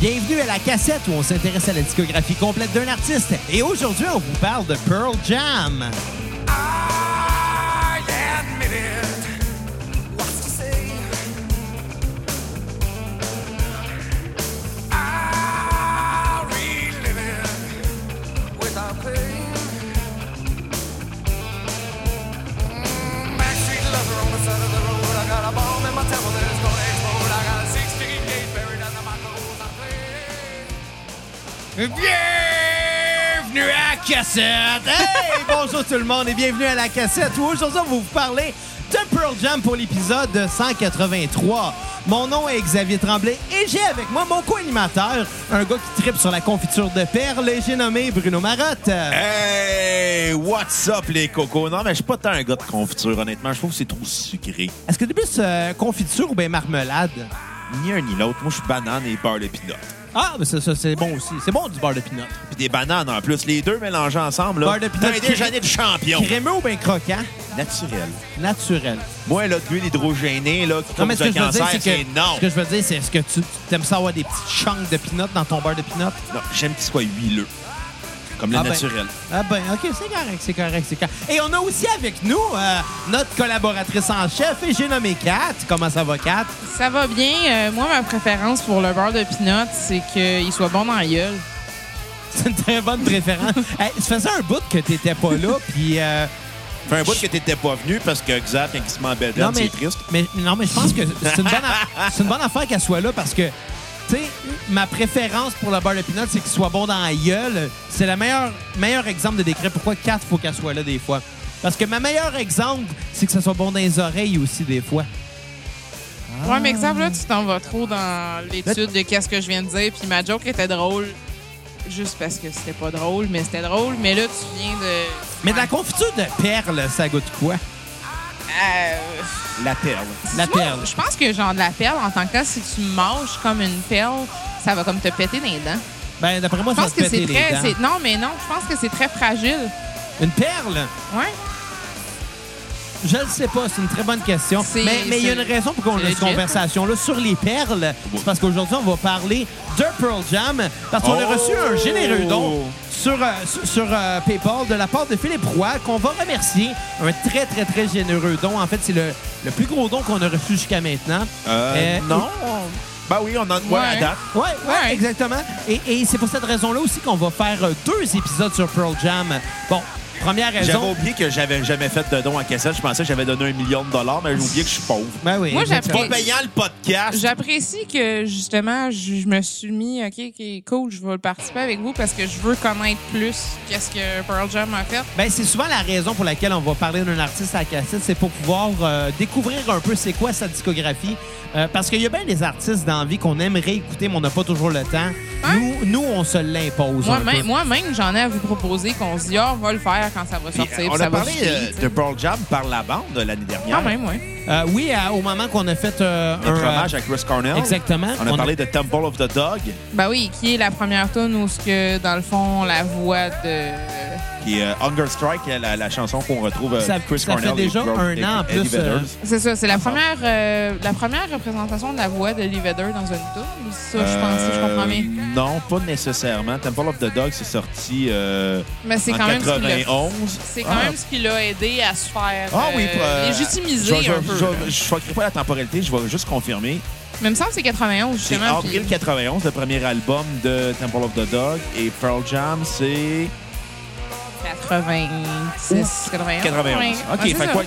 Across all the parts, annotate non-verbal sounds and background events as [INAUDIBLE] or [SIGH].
Bienvenue à la cassette où on s'intéresse à la discographie complète d'un artiste. Et aujourd'hui, on vous parle de Pearl Jam. I admit it. What's to say? I'll relive it without pain. Mm, Backstreet lover on the side of the road. I got a bomb in my temple that is gonna explode. I got a 16 gauge buried under my clothes. I'm playing. Bienvenue à la cassette! [LAUGHS] Hey, bonjour tout le monde et bienvenue à la cassette où aujourd'hui on va vous parler de Pearl Jam pour l'épisode 183. Mon nom est Xavier Tremblay et j'ai avec moi mon co-animateur, un gars qui tripe sur la confiture de perles et j'ai nommé Bruno Marotte. Hey, what's up les cocos? Non, mais je suis pas tant un gars de confiture, honnêtement. Je trouve que c'est trop sucré. Est-ce que tu plus euh, confiture ou bien marmelade? Ni un ni l'autre. Moi, je suis banane et beurre de pinot. Ah, mais ça, ça, c'est bon aussi. C'est bon du beurre de pinot. Puis des bananes en plus. Les deux mélangés ensemble, là. Beurre de pinot T'as un cré- déjeuner de champion. Crémeux ou bien croquant? Naturel. Naturel. Moi, là, de l'huile hydrogénée, là, qui Non, cause mais ce que le je veux cancer, dire, c'est c'est que. non. Ce que je veux dire, c'est est-ce que tu tu aimes ça avoir des petites chunks de pinot dans ton beurre de pinot? Non, j'aime qu'il soit huileux. Comme le Ah ben. naturel. Ah ben, OK, c'est correct, c'est correct, c'est correct. Et on a aussi avec nous euh, notre collaboratrice en chef, et j'ai nommé Kat. Comment ça va, Kat? Ça va bien. Euh, moi, ma préférence pour le beurre de pinot, c'est qu'il soit bon dans la gueule. C'est une très bonne [LAUGHS] préférence. hey, ça faisait un bout que t'étais pas là, puis... euh, Fait un bout que t'étais pas venu parce que Xav, quand il se met en bedaine, non, mais, c'est triste. mais- non, mais je pense que c'est une, bonne aff- c'est une bonne affaire qu'elle soit là, parce que, tu sais, ma préférence pour le beurre de pinot, c'est qu'il soit bon dans la gueule. C'est le meilleur, meilleur exemple de décret. Pourquoi Kat, faut qu'elle soit là des fois? Parce que ma meilleure exemple, c'est que ça soit bon dans les oreilles aussi des fois. Ah. Ouais, mais exemple, là, tu t'en vas trop dans l'étude de qu'est-ce que je viens de dire. Puis ma joke était drôle juste parce que c'était pas drôle, mais c'était drôle. Mais là, tu viens de. Mais de la confiture de perles, ça goûte quoi? Euh, La perle. La moi, perle. Je pense que genre de la perle, en tant que tel, si tu manges comme une perle, ça va comme te péter dans les dents. Ben, d'après moi, Je ça va pense se que c'est péter très. les dents. c'est- Non, mais non, je pense que c'est très fragile. Une perle? Ouais. Je ne sais pas, c'est une très bonne question. C'est- Mais mais il y a c'est- une raison pour qu'on c'est ait cette legit. conversation-là sur les perles. C'est parce qu'aujourd'hui, on va parler de Pearl Jam. Parce qu'on a Oh! reçu un généreux don sur, euh, sur- sur, euh, PayPal de la part de Philippe Roy, qu'on va remercier. Un très, très, très généreux don. En fait, c'est le, le plus gros don qu'on a reçu jusqu'à maintenant. Euh, Euh, non. Ben oui, on en. Ouais, Ouais. à date. Ouais, ouais, Ouais. exactement. Et, et c'est pour cette raison-là aussi qu'on va faire euh, deux épisodes sur Pearl Jam. Bon, première J'avais raison. oublié que j'avais jamais fait de don à cassette. Je pensais que j'avais donné un million de dollars, mais j'ai oublié que je suis pauvre. Ben oui, Moi, exactement. Pas j'apprends- payant le podcast. J'apprécie que justement, je, je me suis mis, OK, OK, cool, je vais participer avec vous parce que je veux connaître plus qu'est-ce que Pearl Jam a fait. Ben, c'est souvent la raison pour laquelle on va parler d'un artiste à la cassette, c'est pour pouvoir euh, découvrir un peu c'est quoi sa discographie. Euh, parce qu'il y a bien des artistes dans la vie qu'on aimerait écouter, mais on n'a pas toujours le temps. Hein? Nous, nous, on se l'impose. un peu. Moi-même, moi-même, j'en ai à vous proposer qu'on se dit, Ah, on va le faire quand ça va Puis, sortir. euh, puis on ça a va parlé filer, euh, tu de sais. Pearl Jam par la bande euh, l'année dernière. Quand même, oui. Euh, oui, à- au moment qu'on a fait euh, un. Notre euh, hommage à Chris Cornell. exactement. On a parlé de Temple of the Dog, Ben oui, qui est la première tune où, ce que, dans le fond, la voix de. qui est euh, Hunger Strike, la, la chanson qu'on retrouve euh, Ça- Chris ça fait Cornell. et déjà Bro- un et an en Eddie plus, Vedder. euh, C'est ça, c'est la Ensemble. première, euh, la première représentation de la voix de Lee Vedder dans une tune. Ça, je pense, si je comprends bien. Euh, Non, pas nécessairement. Temple of the Dog, c'est sorti euh, Mais c'est en quand même ce qu'il a 91. C'est quand Ah. même ce qui l'a aidé à se faire Ah oui, euh, euh, légitimiser je- je- un peu. je- là. Je ne choquerai pas la temporalité, je vais juste confirmer. Mais il me semble que c'est 91, C'est justement. puis- avril 91, le premier album de Temple of the Dog. Et Pearl Jam, c'est 86, 91. 91. OK, Ah, Ouais, fait c'est ça. quoi?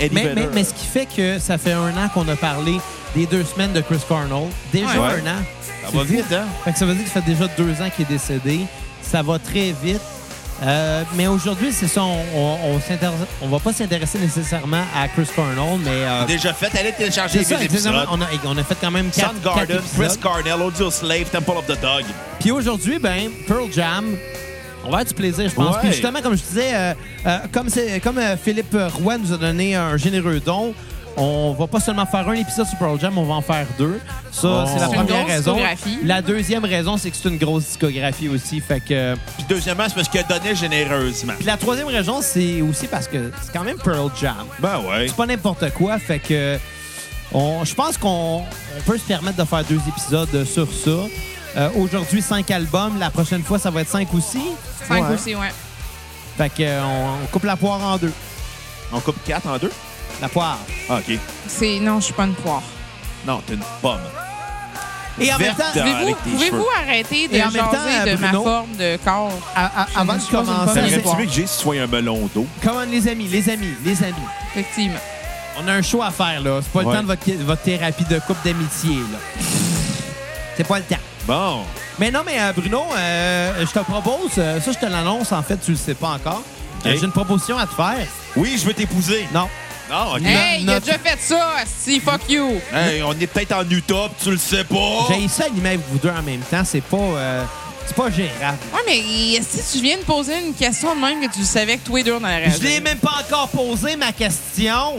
Eddie Mais, Vedder. mais, mais ce qui fait que ça fait un an qu'on a parlé des deux semaines de Chris Cornell. Déjà Ouais. un an. Ça va vite, hein? Fait que ça veut dire que ça fait déjà deux ans qu'il est décédé. Ça va très vite. Euh, mais aujourd'hui, c'est ça, on, on, on s'intéresse- on va pas s'intéresser nécessairement à Chris Cornell, mais... euh, Déjà fait, allez télécharger c'est les ça, vieux exactement. épisodes. On a, on a fait quand même quatre, quatre Soundgarden, Chris épisodes. Cornell, Audio Slave, Temple of the Dog. Puis aujourd'hui, ben, Pearl Jam, on va avoir du plaisir, je pense. Ouais. Puis justement, comme je disais, euh, euh, comme, c'est- comme euh, Philippe Roy nous a donné un généreux don, on va pas seulement faire un épisode sur Pearl Jam, on va en faire deux. Ça, Oh. c'est la C'est une première grosse raison. discographie. La deuxième raison, c'est que c'est une grosse discographie aussi. Fait que... euh, Puis deuxièmement, c'est parce qu'il a donné généreusement. Puis la troisième raison, c'est aussi parce que c'est quand même Pearl Jam. Ben ouais. C'est pas n'importe quoi, fait que on- je pense qu'on on peut se permettre de faire deux épisodes sur ça. Euh, Aujourd'hui, cinq albums. La prochaine fois, ça va être cinq aussi. Cinq Ouais. aussi, ouais. Fait que, euh, on, on coupe la poire en deux. On coupe 4 en deux? La poire. Ah, OK. C'est... Non, je suis pas une poire. Non, t'es une pomme. Et en même Verte. temps, Ah, Pouvez-vous, avec tes pouvez-vous cheveux. arrêter de Et en jaser même temps, euh, de ma Bruno- forme de corps? à- à- Je avant ne de suis pas une pomme. commencer, Ça Bonne aurait histoire. mieux que j'ai si tu sois un melon d'eau? Comment les amis, les amis, les amis. Effectivement. On a un choix à faire, là. C'est pas le Ouais. temps de votre, votre thérapie de couple d'amitié, là. C'est pas le temps. Bon. Mais non, mais euh, Bruno, euh, je te propose, euh, ça, je te l'annonce, en fait, tu le sais pas encore. OK. Euh, J'ai une proposition à te faire. Oui, je veux t'épouser. Non. Non, OK. Hey, il a notre- déjà fait ça, si fuck you! Hey, Hein, on est peut-être en Utah, pis tu le sais pas. J'ai ça animé avec vous deux en même temps. C'est pas. euh, c'est pas gérable. Ouais, mais si tu viens de poser une question de même que tu savais que tous les deux on allait Je l'ai même pas encore posé, ma question.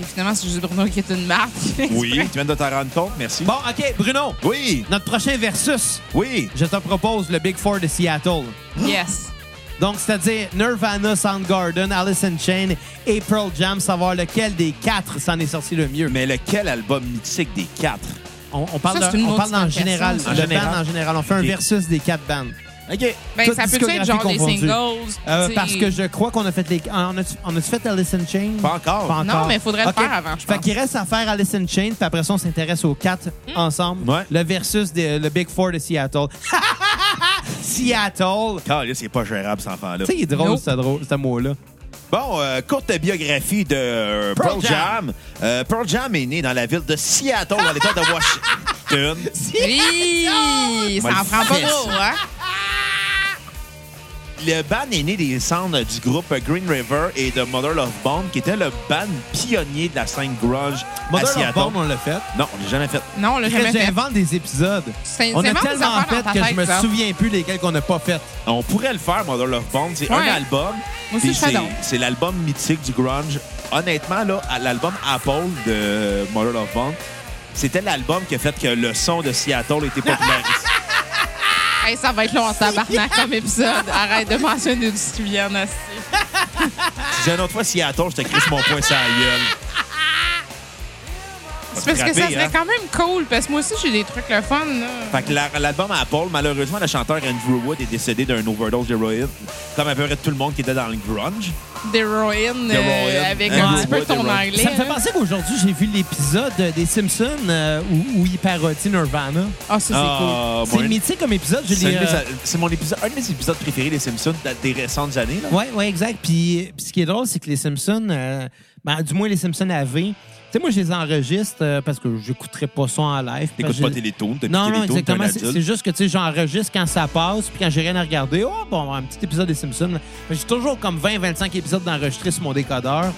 Et Finalement, c'est juste Bruno qui est une marque. Oui, tu viens de t'en rendre compte, merci. Bon, OK, Bruno, Oui, notre prochain versus, oui. je te propose le Big Four de Seattle. [LAUGHS] yes. Donc, c'est-à-dire Nirvana, Soundgarden, Alice in Chain et Pearl Jam, savoir lequel des quatre s'en est sorti le mieux. Mais lequel album mythique des quatre? On, on parle, Ça, de- c'est une on autre parle en question, général, ça. le En général. band en général. On fait un Ok. versus des quatre bandes. OK. Ben, Toute ça peut être genre discographie des confondue. singles. Euh, tu sais. parce que je crois qu'on a fait les. ah, On a-tu on a-tu fait Alice in Chain? Pas encore. Pas Non, encore. mais il faudrait OK. le faire avant, je Fait pense. Hmm. qu'il reste à faire Alice in Chain, puis après ça, on s'intéresse aux quatre ensemble. Ouais. Le versus des- le Big Four de Seattle. [LAUGHS] Seattle! Calais, c'est pas gérable, cet enfant-là. Tu sais, il est drôle, Nope. ce drôle, ce mot-là. Bon, euh, courte biographie de euh, Pearl Pearl, Jam. Euh, Pearl Jam est né dans la ville de Seattle, dans l'État de Washington. [LAUGHS] Oui, ça en Moi, prend pas le trop, hein? Le band est né des cendres du groupe Green River et de Mother Love Bone, qui était le band pionnier de la scène grunge à Mother Seattle. Love hein? Bone, on l'a fait. Non, on l'a jamais fait. Non, on l'a jamais fait. J'invente des épisodes. C'est- On c'est a marrant, des tellement affaires fait dans ta que je tête, me ça. souviens plus lesquels qu'on n'a pas fait. On pourrait le faire, Mother Love Bone. C'est Ouais. un album. Moi aussi, puis je fais c'est- donc. C'est l'album mythique du grunge. Honnêtement, là, à l'album Apple de Mother Love Bone, c'était l'album qui a fait que le son de Seattle [LAUGHS] était popularisé. Hey, ça va être long en tabarnak comme épisode. Arrête de mentionner du Sylviane aussi. Si une autre fois Seattle, je te crisse mon poing sur la gueule. C'est parce que ça Frappé, serait hein? quand même cool, parce que moi aussi, j'ai des trucs le fun, là. Fait que la- l'album Apple, malheureusement, le chanteur Andrew Wood est décédé d'un overdose d'héroïne, comme à peu près tout le monde qui était dans le grunge. Des Rowan, euh, Des Rowan. avec Ouais. un petit peu Ouais, ton des Rowan. anglais. Ça me fait là. penser qu'aujourd'hui, j'ai vu l'épisode des Simpsons euh, où, où ils parodient Nirvana. Ah, ça, c'est cool. Ah, C'est bon, mythique comme épisode. Je c'est un l'ai... de euh, mes- C'est mon épisode, un de mes épisodes préférés des Simpsons date des récentes années. là. Ouais, ouais, exact. Puis, puis ce qui est drôle, c'est que les Simpsons, euh, ben, du moins les Simpsons avaient. Tu sais, moi, je les enregistre euh, parce que j'écouterais pas ça en live. parce T'écoutes que pas j'ai- Télétoon, t'as Non, piqué non, les Toons, t'es un exactement. C'est adulte. c'est juste que tu sais, j'enregistre quand ça passe, puis quand j'ai rien à regarder, oh bon, un petit épisode des Simpsons. Mais J'ai toujours comme 20-25 épisodes d'enregistrer sur mon décodeur.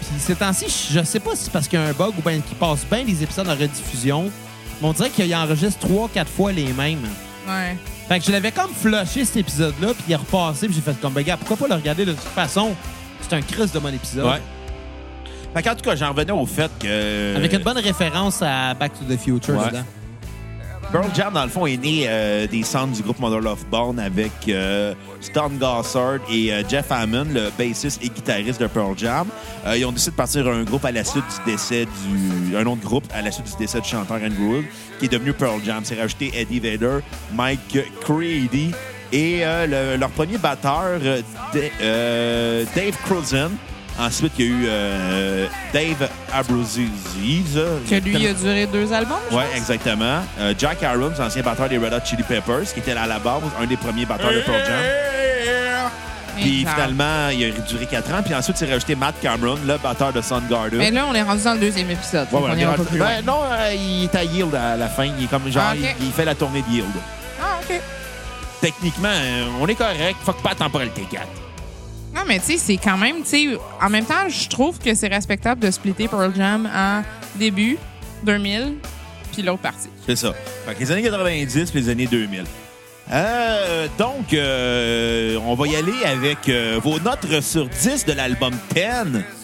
Puis ces temps-ci, je sais pas si c'est parce qu'il y a un bug ou bien qu'il passe bien les épisodes en rediffusion. Mais on dirait qu'il enregistre 3-4 fois les mêmes. Ouais. Fait que je l'avais comme flushé cet épisode-là, puis il est repassé, puis j'ai fait comme, ben gars, pourquoi pas le regarder de toute façon? C'est un crise de mon épisode. Ouais. Fait qu'en tout cas, j'en revenais au fait que. Avec une bonne référence à Back to the Future Ouais. dedans. Pearl Jam, dans le fond, est né euh, des cendres du groupe Mother Love Bone avec euh, Stan Gossard et euh, Jeff Hammond, le bassiste et guitariste de Pearl Jam. Euh, ils ont décidé de partir un groupe à la suite du décès du... un autre groupe à la suite du décès du chanteur Andrew Wood, qui est devenu Pearl Jam. C'est rajouté Eddie Vedder, Mike Creedy et euh, le- leur premier batteur, euh, Da- euh, Dave Cruzen. Ensuite, il y a eu euh, Dave Abruzzese. Que lui, il a duré deux albums, je Oui, pense. exactement. Euh, Jack Arums, ancien batteur des Red Hot Chili Peppers, qui était à la base un des premiers batteurs de Pearl Jam. Puis Exact. finalement, il a duré 4 ans. Puis ensuite, il a rajouté Matt Cameron, le batteur de Soundgarden. Mais Ben là, on est rendu dans le deuxième épisode. Ouais, ouais, on donc on est ira rendu- pas plus loin. Ben, non, euh, il est à Yield à la fin. Il est comme genre, Ah, ok. il, il fait la tournée de Yield. Ah, OK. Techniquement, euh, on est correct. Fuck pas la temporalité 4. Non, mais tu sais, c'est quand même, tu sais, en même temps, je trouve que c'est respectable de splitter Pearl Jam en début 2000, puis l'autre partie. C'est ça. Fait que les années 90 puis les années 2000. Euh, donc, euh, on va y aller avec euh, vos notes sur 10 de l'album 10.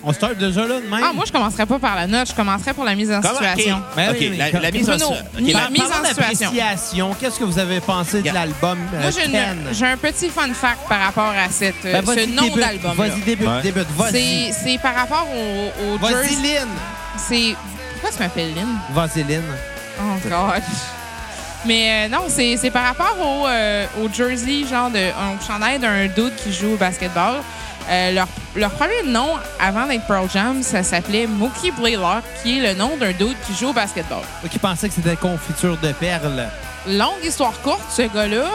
On start déjà là de même. Ah, moi, je commencerai pas par la note, je commencerai pour la mise en Comment- situation. OK, Ben OK, oui, mais la, comme- la mise en Bruno, ok, la- par- mise en Parlons situation. d'appréciation. Qu'est-ce que vous avez pensé de Yeah. l'album euh, Moi, j'ai, une- Ten? j'ai un petit fun fact par rapport à cette, euh, Ben, ce vas-y, nom débute. d'album. Vas-y, débute, Ouais. débute. Vas-y. C'est, c'est par rapport au, au Vas-y, jersey. Lynn. C'est. Pourquoi tu m'appelles Lynn? Vas-y, Lynn. Oh, God. Mais euh, non, c'est c'est par rapport au, euh, au jersey, genre de un chandail d'un dude qui joue au basketball. Euh, leur, leur premier nom avant d'être Pearl Jam, ça s'appelait Mookie Blaylock, qui est le nom d'un dude qui joue au basketball. Moi qui pensais que c'était confiture de perles. Longue histoire courte, ce gars-là,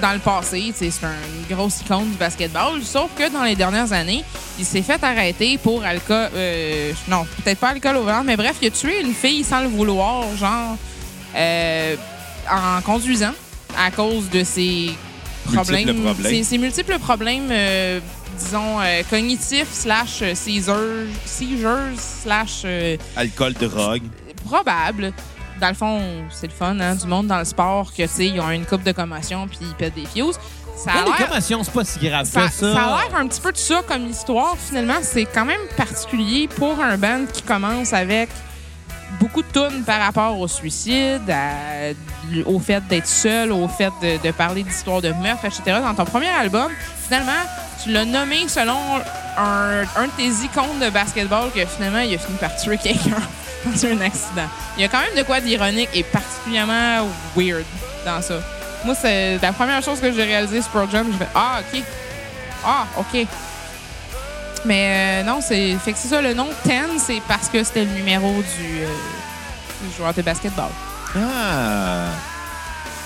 dans le passé, tu sais, c'est une grosse icône du basketball, sauf que dans les dernières années, il s'est fait arrêter pour alcool. euh, non, peut-être pas alcool au volant, mais bref, il a tué une fille sans le vouloir, genre, euh, en conduisant, à cause de ses problèmes. Multiples problèmes. Ses, ses multiples problèmes, euh, disons, euh, cognitifs, slash, euh, seizures, seizures, slash. euh, Alcool, drogue. probable. Dans le fond, c'est le fun, hein, du monde dans le sport, que, tu sais, ils ont une coupe de commotion puis ils pètent des fuses. Ça a Ouais, les l'air- commotions, c'est pas si grave Ah ça, que ça. ça a l'air un petit peu de ça comme histoire. Finalement, c'est quand même particulier pour un band qui commence avec beaucoup de tunes par rapport au suicide, à- au fait d'être seul, au fait de, de parler d'histoires de meurtre, etc. Dans ton premier album, finalement, tu l'as nommé selon un, un de tes icônes de basketball que finalement, il a fini par tuer quelqu'un [LAUGHS] dans un accident. Il y a quand même de quoi d'ironique et particulièrement weird dans ça. Moi, c'est la première chose que j'ai réalisée sur Pearl Jam. Je fais Ah, OK. Ah, OK. Mais euh, non, c'est. Fait que c'est ça, le nom 10, c'est parce que c'était le numéro du, euh, du joueur de basketball. Ah,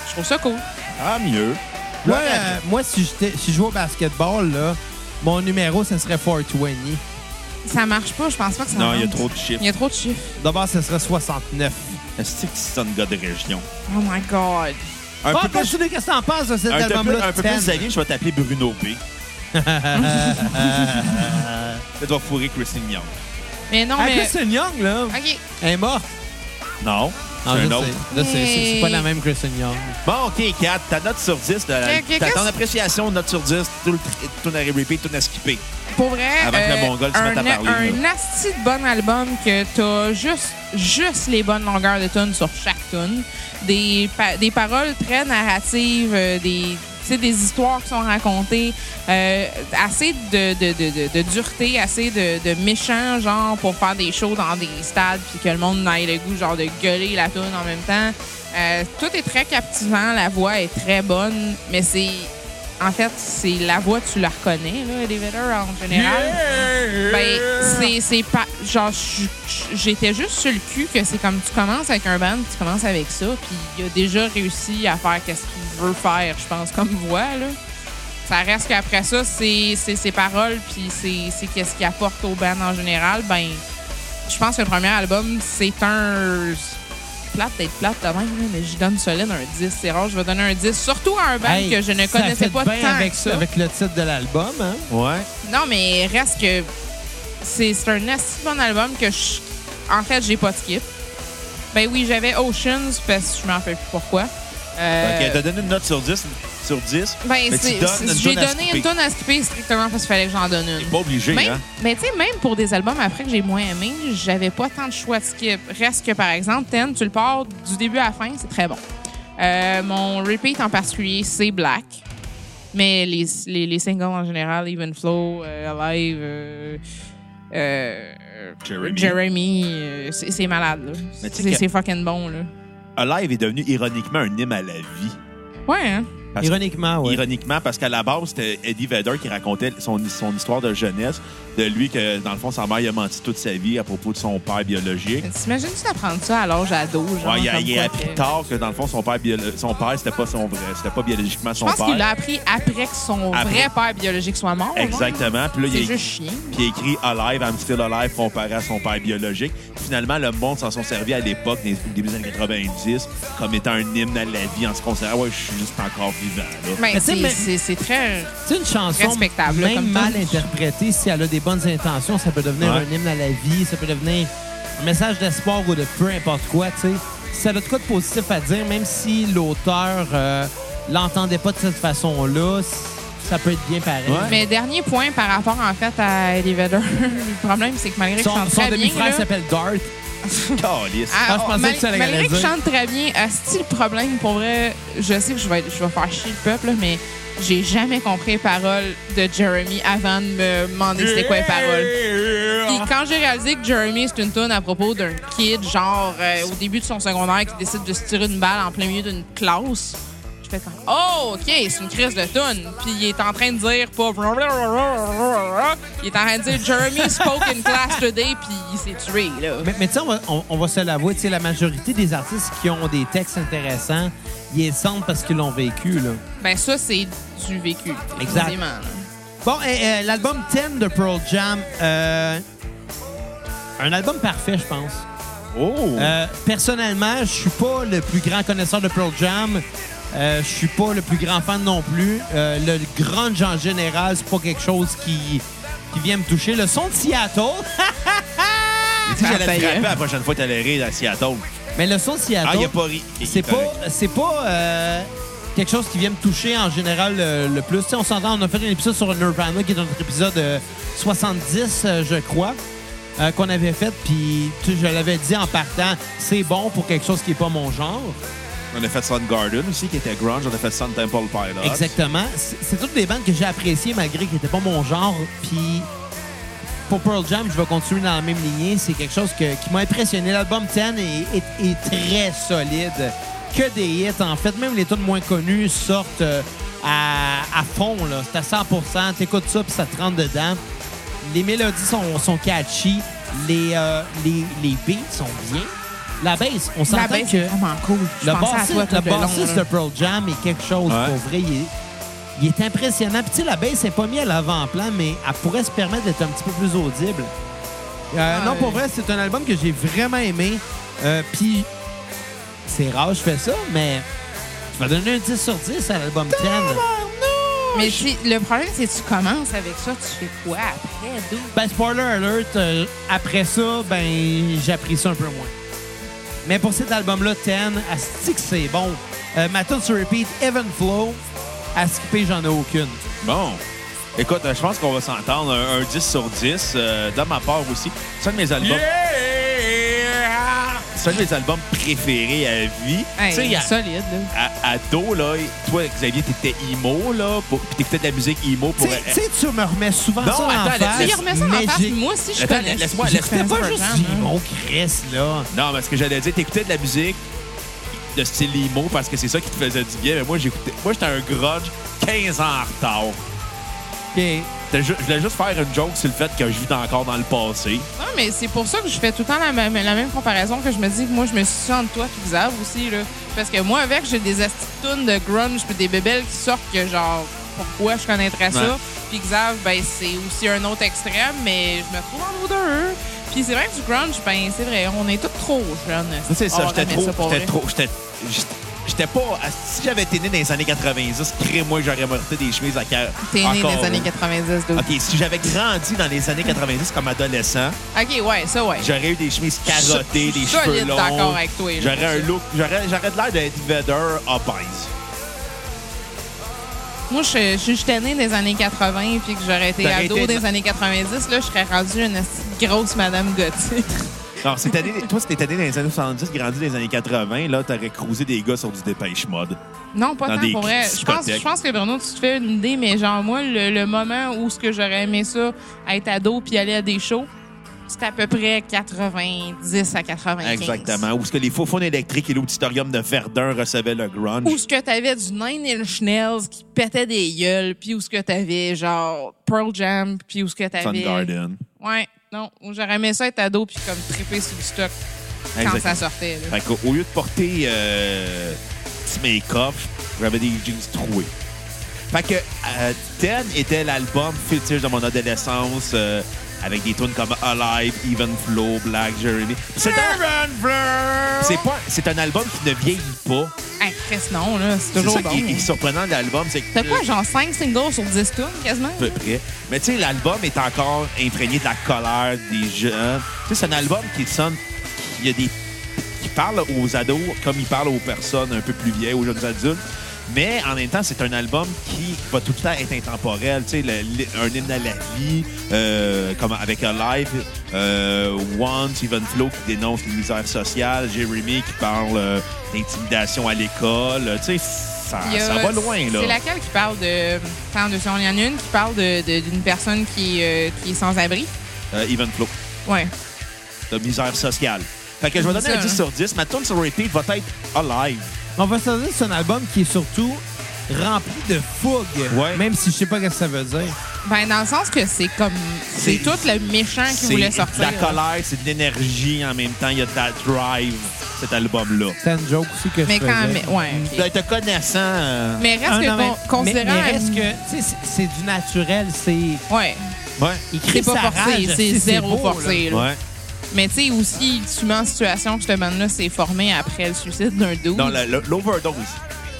Je trouve ça cool. ah mieux. Moi, euh, moi, si, j'étais- si je jouais au basketball, là, mon numéro, ce serait 420. Ça marche pas, je pense pas que ça Non, il y a rentre. trop de chiffres. Il y a trop de chiffres. D'abord, ce serait 69. Est-ce que c'est un gars de région? Oh my God. Un Ah, peu plus... continue, qu'est-ce que t'en penses de cet Un, peu, album-là? un peu Titan? plus allé, je vais t'appeler Bruno B. Ça doit fourrer Christine Young. Mais non, Ah, mais. Kristen Young, là, OK. elle est morte. Non, c'est Ah, je un sais. autre. Là, c'est- c'est c'est pas Hey. la même Kristen Young. Bon, OK, 4. Ta note sur 10, de la- Ok, ok, ta, ton qu'est-ce- appréciation, note sur 10, tout le tout à repeat, tout à skipper. Pour vrai, Avant que le euh, Mongol se un, mette à parler, un asti de bon album que t'as juste, juste les bonnes longueurs de tunes sur chaque tune. Des, pa- des paroles très narratives, euh, des, tu sais, des histoires qui sont racontées, euh, assez de, de, de, de, de dureté, assez de, de méchants, genre, pour faire des shows dans des stades puis que le monde n'aille le goût, genre, de gueuler la tune en même temps. Euh, tout est très captivant, la voix est très bonne, mais c'est en fait, c'est la voix, tu la reconnais, là, Elevator, en général. Ben, Euh. c'est- c'est pas. Genre, je- je- j'étais juste sur le cul que c'est comme tu commences avec un band, tu commences avec ça, puis il a déjà réussi à faire qu'est-ce qu'il veut faire, je pense, comme voix, là. Ça reste qu'après ça, c'est c'est ses paroles, puis c'est c'est qu'est-ce qu'il apporte au band en général. Ben, je pense que le premier album, c'est un. Plate d'être plate de même, là, mais je donne solide un 10. C'est rare, je vais donner un 10, surtout à un band Hey, Ben, que je ne ça connaissais fait pas bien tant avec que ça. Avec le titre de l'album, hein? Ouais. Non, mais reste que c'est c'est un assez bon album que je. En fait, j'ai pas de skip. Ben oui, j'avais Oceans parce que je m'en fais plus pourquoi. Euh, OK, t'as donné une note sur 10. Sur 10 ben, mais tu c'est- donnes c'est- une j'ai tonne à donné une skipper. tonne Ben? à skipper strictement parce qu'il fallait que j'en donne une. pas obligé, Même- hein? Mais tu sais, même pour des albums après que j'ai moins aimé, j'avais pas tant de choix de skip. Reste que, par exemple, Ten, tu le pars du début à la fin, c'est très bon. Euh, mon repeat en particulier, c'est Black. Mais les, les, les singles en général, Even Flow, euh, Alive, euh, euh, Jeremy. Jeremy, euh, c'est c'est malade. là. Mais tu sais C'est que- c'est fucking bon. Là. Alive est devenu ironiquement un hymne à la vie. Ouais, hein? Parce- Ironiquement, oui. Ironiquement, parce qu'à la base, c'était Eddie Vedder qui racontait son, son histoire de jeunesse, de lui que, dans le fond, sa mère il a menti toute sa vie à propos de son père biologique. T'imagines-tu d'apprendre ça à l'âge ado? Genre, Ouais, il a, Ah, comme il a quoi appris que- tard que, dans le fond, son père, biolo- son père c'était pas son vrai, c'était pas biologiquement Je son pense qu'il père. l'a appris après que son Après. vrai père biologique soit mort. non? Exactement. Puis là, il a C'est juste chien. puis il a écrit Alive, I'm still alive, comparé à son père biologique. Finalement, le monde s'en sont servi à l'époque, des- au début des années 90, comme étant un hymne à la vie en se considérant, ouais, je suis juste encore vivant. là. [LAUGHS] Ben, Mais tu sais, c'est mais- c'est- c'est très. C'est une chanson Respectable, là, même comme mal tune. interprétée. Si elle a des bonnes intentions, ça peut devenir Ouais. un hymne à la vie, ça peut devenir un message d'espoir ou de peu importe quoi. tu sais. Si ça a de quoi de positif à dire, même si l'auteur euh, l'entendait pas de cette façon-là, c- ça peut être bien pareil. Ouais. Mais dernier point par rapport en fait à Elevator, [LAUGHS] le problème c'est que malgré que je Son, chante son très bien, demi-frère là, s'appelle Darth. Calisse. ah, Ah, je oh, pensais mal- que tu allais malgré que je dire. chante très bien, asti le problème pour vrai, je sais que je vais, être- je vais faire chier le peuple, là, mais j'ai jamais compris les paroles de Jeremy avant de me demander c'était quoi les paroles. Il Puis quand j'ai réalisé que Jeremy, c'est une toune à propos d'un kid, genre euh, au début de son secondaire, qui décide de se tirer une balle en plein milieu d'une classe, je fais comme Oh, OK, c'est une crise de toune. Puis il est en train de dire pas. Il est en train de dire Jeremy spoke in class today, puis il s'est tué, là. Mais, mais tu sais, on va, on- on va se l'avouer, tu sais, la majorité des artistes qui ont des textes intéressants, ils les sentent parce qu'ils l'ont vécu, là. Ben ça, c'est du vécu. Exact. définitivement, là. Bon, et, euh, l'album 10 de Pearl Jam, euh, un album parfait, je pense. Oh! Euh, personnellement, je suis pas le plus grand connaisseur de Pearl Jam. Euh, je suis pas le plus grand fan non plus. Euh, le grunge en général, c'est pas quelque chose qui, qui vient me toucher. Le son de Seattle, [LAUGHS] si j'allais j'en te payais. frapper la prochaine fois que t'allais rire à Seattle. mais le son de Seattle, Ah, il a pas ri. Ok, c'est correct. pas, c'est pas euh, quelque chose qui vient me toucher en général euh, le plus. Tu sais, on s'entend, on a fait un épisode sur Nirvana qui est notre épisode euh, 70, euh, je crois, euh, qu'on avait fait. Puis tu sais, je l'avais dit en partant, c'est bon pour quelque chose qui est pas mon genre. On a fait Sun Garden aussi, qui était grunge. On a fait Sun Temple Pilots. Exactement. C'est c'est toutes des bandes que j'ai appréciées malgré qu'elles n'étaient pas mon genre. Puis pour Pearl Jam, je vais continuer dans la même lignée. C'est quelque chose que- qui m'a impressionné. L'album 10 est, est- est très solide. Que des hits, en fait. Même les tunes moins connues sortent euh, à, à fond. là. C'est à 100 T'écoutes ça, puis ça te rentre dedans. Les mélodies sont, sont catchy. Les, euh, les, les beats sont bien. La bass, on s'entend La baisse que... est vraiment cool. Je Le pensais à bassiste, toi tout le long, bassiste là. de Pearl Jam est quelque chose, Ouais. pour vrai. Il est, il est impressionnant. Puis tu sais, la baisse n'est pas mise à l'avant-plan, mais elle pourrait se permettre d'être un petit peu plus audible. Euh, Ouais. Non, pour vrai, c'est un album que j'ai vraiment aimé. Euh, Puis c'est rare, je fais ça, mais je vais donner un 10 sur 10 à l'album 10. Mais tu sais, le problème, c'est que tu commences avec ça, tu fais quoi après, d'où? Ben, spoiler alert, euh, après ça, ben, j'ai appris ça un peu moins. Mais pour cet album-là, 10, Asti que c'est bon. Euh, ma tune sur repeat, Even Flow, à skipper, j'en ai aucune. Bon. Écoute, euh, je pense qu'on va s'entendre un, un 10 sur 10. euh, de ma part aussi, c'est un de mes albums. C'est un de mes albums préférés à vie. Hey, tu sais, il y a- solide, là. à, à dos, là, toi, Xavier, t'étais emo, là, pour, pis t'écoutais de la musique Tu emo pour... sais- tu sais, tu me remets souvent Non, ça en attends, face. Tu sais, il remet ça en mais face, j'ai- puis moi aussi, je Attends, connais. laisse-moi- J'ai laisse-moi fait C'était un pas juste programme, hein. Simon Chris, là. Non, mais ce que j'allais dire, t'écoutais de la musique de style emo parce que c'est ça qui te faisait du bien, mais moi, j'écoutais... Moi, j'étais un grudge 15 ans en retard. OK. C'était ju- Je voulais juste faire une joke sur le fait que je vis encore dans le passé. Non, mais c'est pour ça que je fais tout le temps la même, la même comparaison que je me dis que moi, je me suis entre toi et Xav aussi. Là. Parce que moi, avec, j'ai des astitounes de grunge puis des bébelles qui sortent que genre, pourquoi je connaîtrais Ouais. ça? Puis Xav, ben, c'est aussi un autre extrême, mais je me trouve en deux. Puis c'est vrai que du grunge, ben, c'est vrai, on est tous trop jeunes. Ah, Ça, c'est ça, On j'étais aimait trop... pour J'étais vrai. trop... J'étais... j'étais- J'étais pas... ah, Si j'avais été né dans les années 90, crée-moi que j'aurais porté des chemises à cœur. T'es né Encore. des années 90, donc. OK, si j'avais grandi dans les années 90 comme adolescent, OK, ouais, ça, ouais. J'aurais eu des chemises carottées, Ah. des Solide cheveux longs. d'accord avec toi, là. J'aurais un look, j'aurais, j'aurais de l'air d'être Vader obèse. Moi, je, je, j'étais née des années 80 puis que j'aurais été T'aurais ado été- des années 90, là, je serais rendue une esti de grosse madame [LAUGHS] gothique. Non, c'est t'es né- toi, c'était né dans les années 70, grandi dans les années 80, là, t'aurais cruisé des gars sur du dépêche mode. Non, pas Dans tant des pour vrai. Je pense, discothèques. je pense que Bruno, tu te fais une idée, mais genre moi, le, le moment où ce que j'aurais aimé ça, être ado puis aller à des shows, c'est à peu près 90 à 95. Exactement. Où ce que les faux fonds électriques et l'auditorium de Verdun recevaient le grunge. Où ce que t'avais du Nine Inch Nails qui pétait des gueules, puis où ce que t'avais genre Pearl Jam, puis où ce que t'avais... Soundgarden. Ouais, non, où j'aurais aimé ça être ado puis comme triper sur du stock quand Exactement. ça sortait. là. Fait qu'au- au lieu de porter euh, petit make-up, j'avais des jeans troués. Fait que euh, Ten était l'album fétiche de mon adolescence euh, avec des tunes comme Alive, Even Flow, Black Jeremy. C'est un, c'est pas, c'est un album qui ne vieillit pas. Hey, Chris, non, là, c'est C'est toujours ça bon. qui est, qui est surprenant de l'album, c'est que T'as quoi, genre 5 singles sur 10 tunes, quasiment? à peu près. Mais tu sais, l'album est encore imprégné de la colère des jeunes. Tu sais, c'est un album qui sonne, il y a des, qui parle aux ados comme il parle aux personnes un peu plus vieilles, aux jeunes adultes. Mais en même temps, c'est un album qui va tout le temps être intemporel. Tu sais, le- le- un hymne à la vie, euh, comme avec un live, euh, Once, Even Flow qui dénonce les misères sociales, Jeremy qui parle euh, d'intimidation à l'école. Tu sais, ça, Il y a- ça va loin, là. C'est laquelle qui parle de. Tant de secondes, il y en a une qui parle de- de- d'une personne qui, euh, qui est sans abri. Euh, Even Flow. Ouais. de misère sociale. Fait que je vais donner C'est un ça, 10 hein. sur 10. Ma tune sur repeat va être Alive. On va se dire que c'est un album qui est surtout rempli de fougue. Ouais. Même si je sais pas ce que ça veut dire. Ben, dans le sens que c'est comme. C'est C'est- tout le méchant Hein, qui C'est voulait de sortir. la colère, c'est de l'énergie en même temps. Il y a de la drive, cet album-là. C'est une joke aussi que Mais je quand faisais. même. Ouais. ok. Ben, Te connaissant, euh, Mais reste Ah, que non, mais- con- considérant. mais- mais reste que, tu sais, c'est- c'est du naturel, c'est... Ouais. ouais, Il C'est crie pas sa rage, forcé, c'est si, beau, zéro là. forcé. là. ouais. Mais tu sais, aussi, tu mets en situation que ce band-là s'est formé après le suicide d'un dude. Dans la- le- l'overdose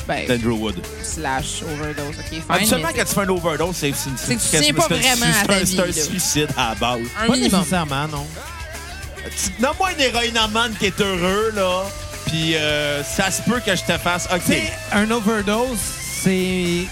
Ben, d'Andrew Wood. slash overdose, OK, fine. Habituellement, mais quand tu fais un overdose, c'est c'est- C'est que tu c'est- tiens pas c'est- c'est- vraiment à c'est ta un- vie, C'est un là. suicide à la base. un Pas minimum. nécessairement, non. Tu- Nomme-moi un héroïnomane qui est heureux, là. Puis euh, ça se peut que je te fasse. Tu OK. sais, un overdose, c'est...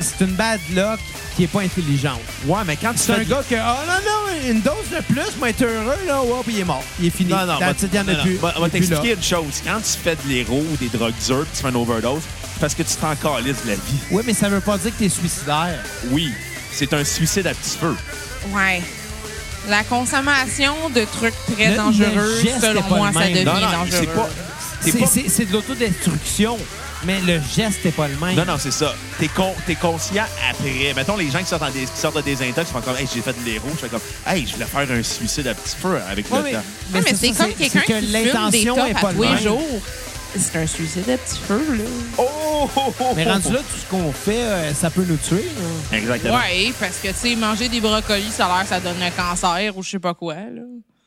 C'est une bad luck qui est pas intelligente. Ouais, mais quand tu C'est un fais- gars que, ah non, non, une dose de plus, moi, être heureux, là, ouais, puis il est mort. Il est fini. Non, non, That's va- it, il y en non, a non. plus. Va- Il va est plus là. t'expliquer une chose. Quand tu fais de l'héros ou des drogues dures, puis tu fais une overdose, c'est parce que tu t'en calises de la vie. Oui, mais ça veut pas dire que t'es suicidaire. Oui, c'est un suicide à petit feu. Ouais. La consommation de trucs très Le- dangereux, le geste selon est pas moi, le ça même. devient Non, non, dangereux. Ah, c'est pas. t'es C'est pas- c'est- c'est de l'autodestruction, mais le geste n'est pas le même. Non, non, c'est ça. T'es con, t'es conscient après. Mettons, les gens qui sortent, en des, qui sortent de désintox, ils font comme, hey, j'ai fait de l'héros. Je fais comme, hey, je voulais faire un suicide à petit feu avec Ouais, le mais, temps. Ah, mais c'est c'est ça, comme c'est- quelqu'un c'est qui fume des tops à tous les même. jours. C'est un suicide à petit feu, là. Oh! oh, oh, Mais oh, rendu oh. là, tout ce qu'on fait, euh, ça peut nous tuer. là. Exactement. Ouais, parce que, tu sais, manger des brocolis, ça a l'air ça donne un cancer ou je sais pas quoi, là.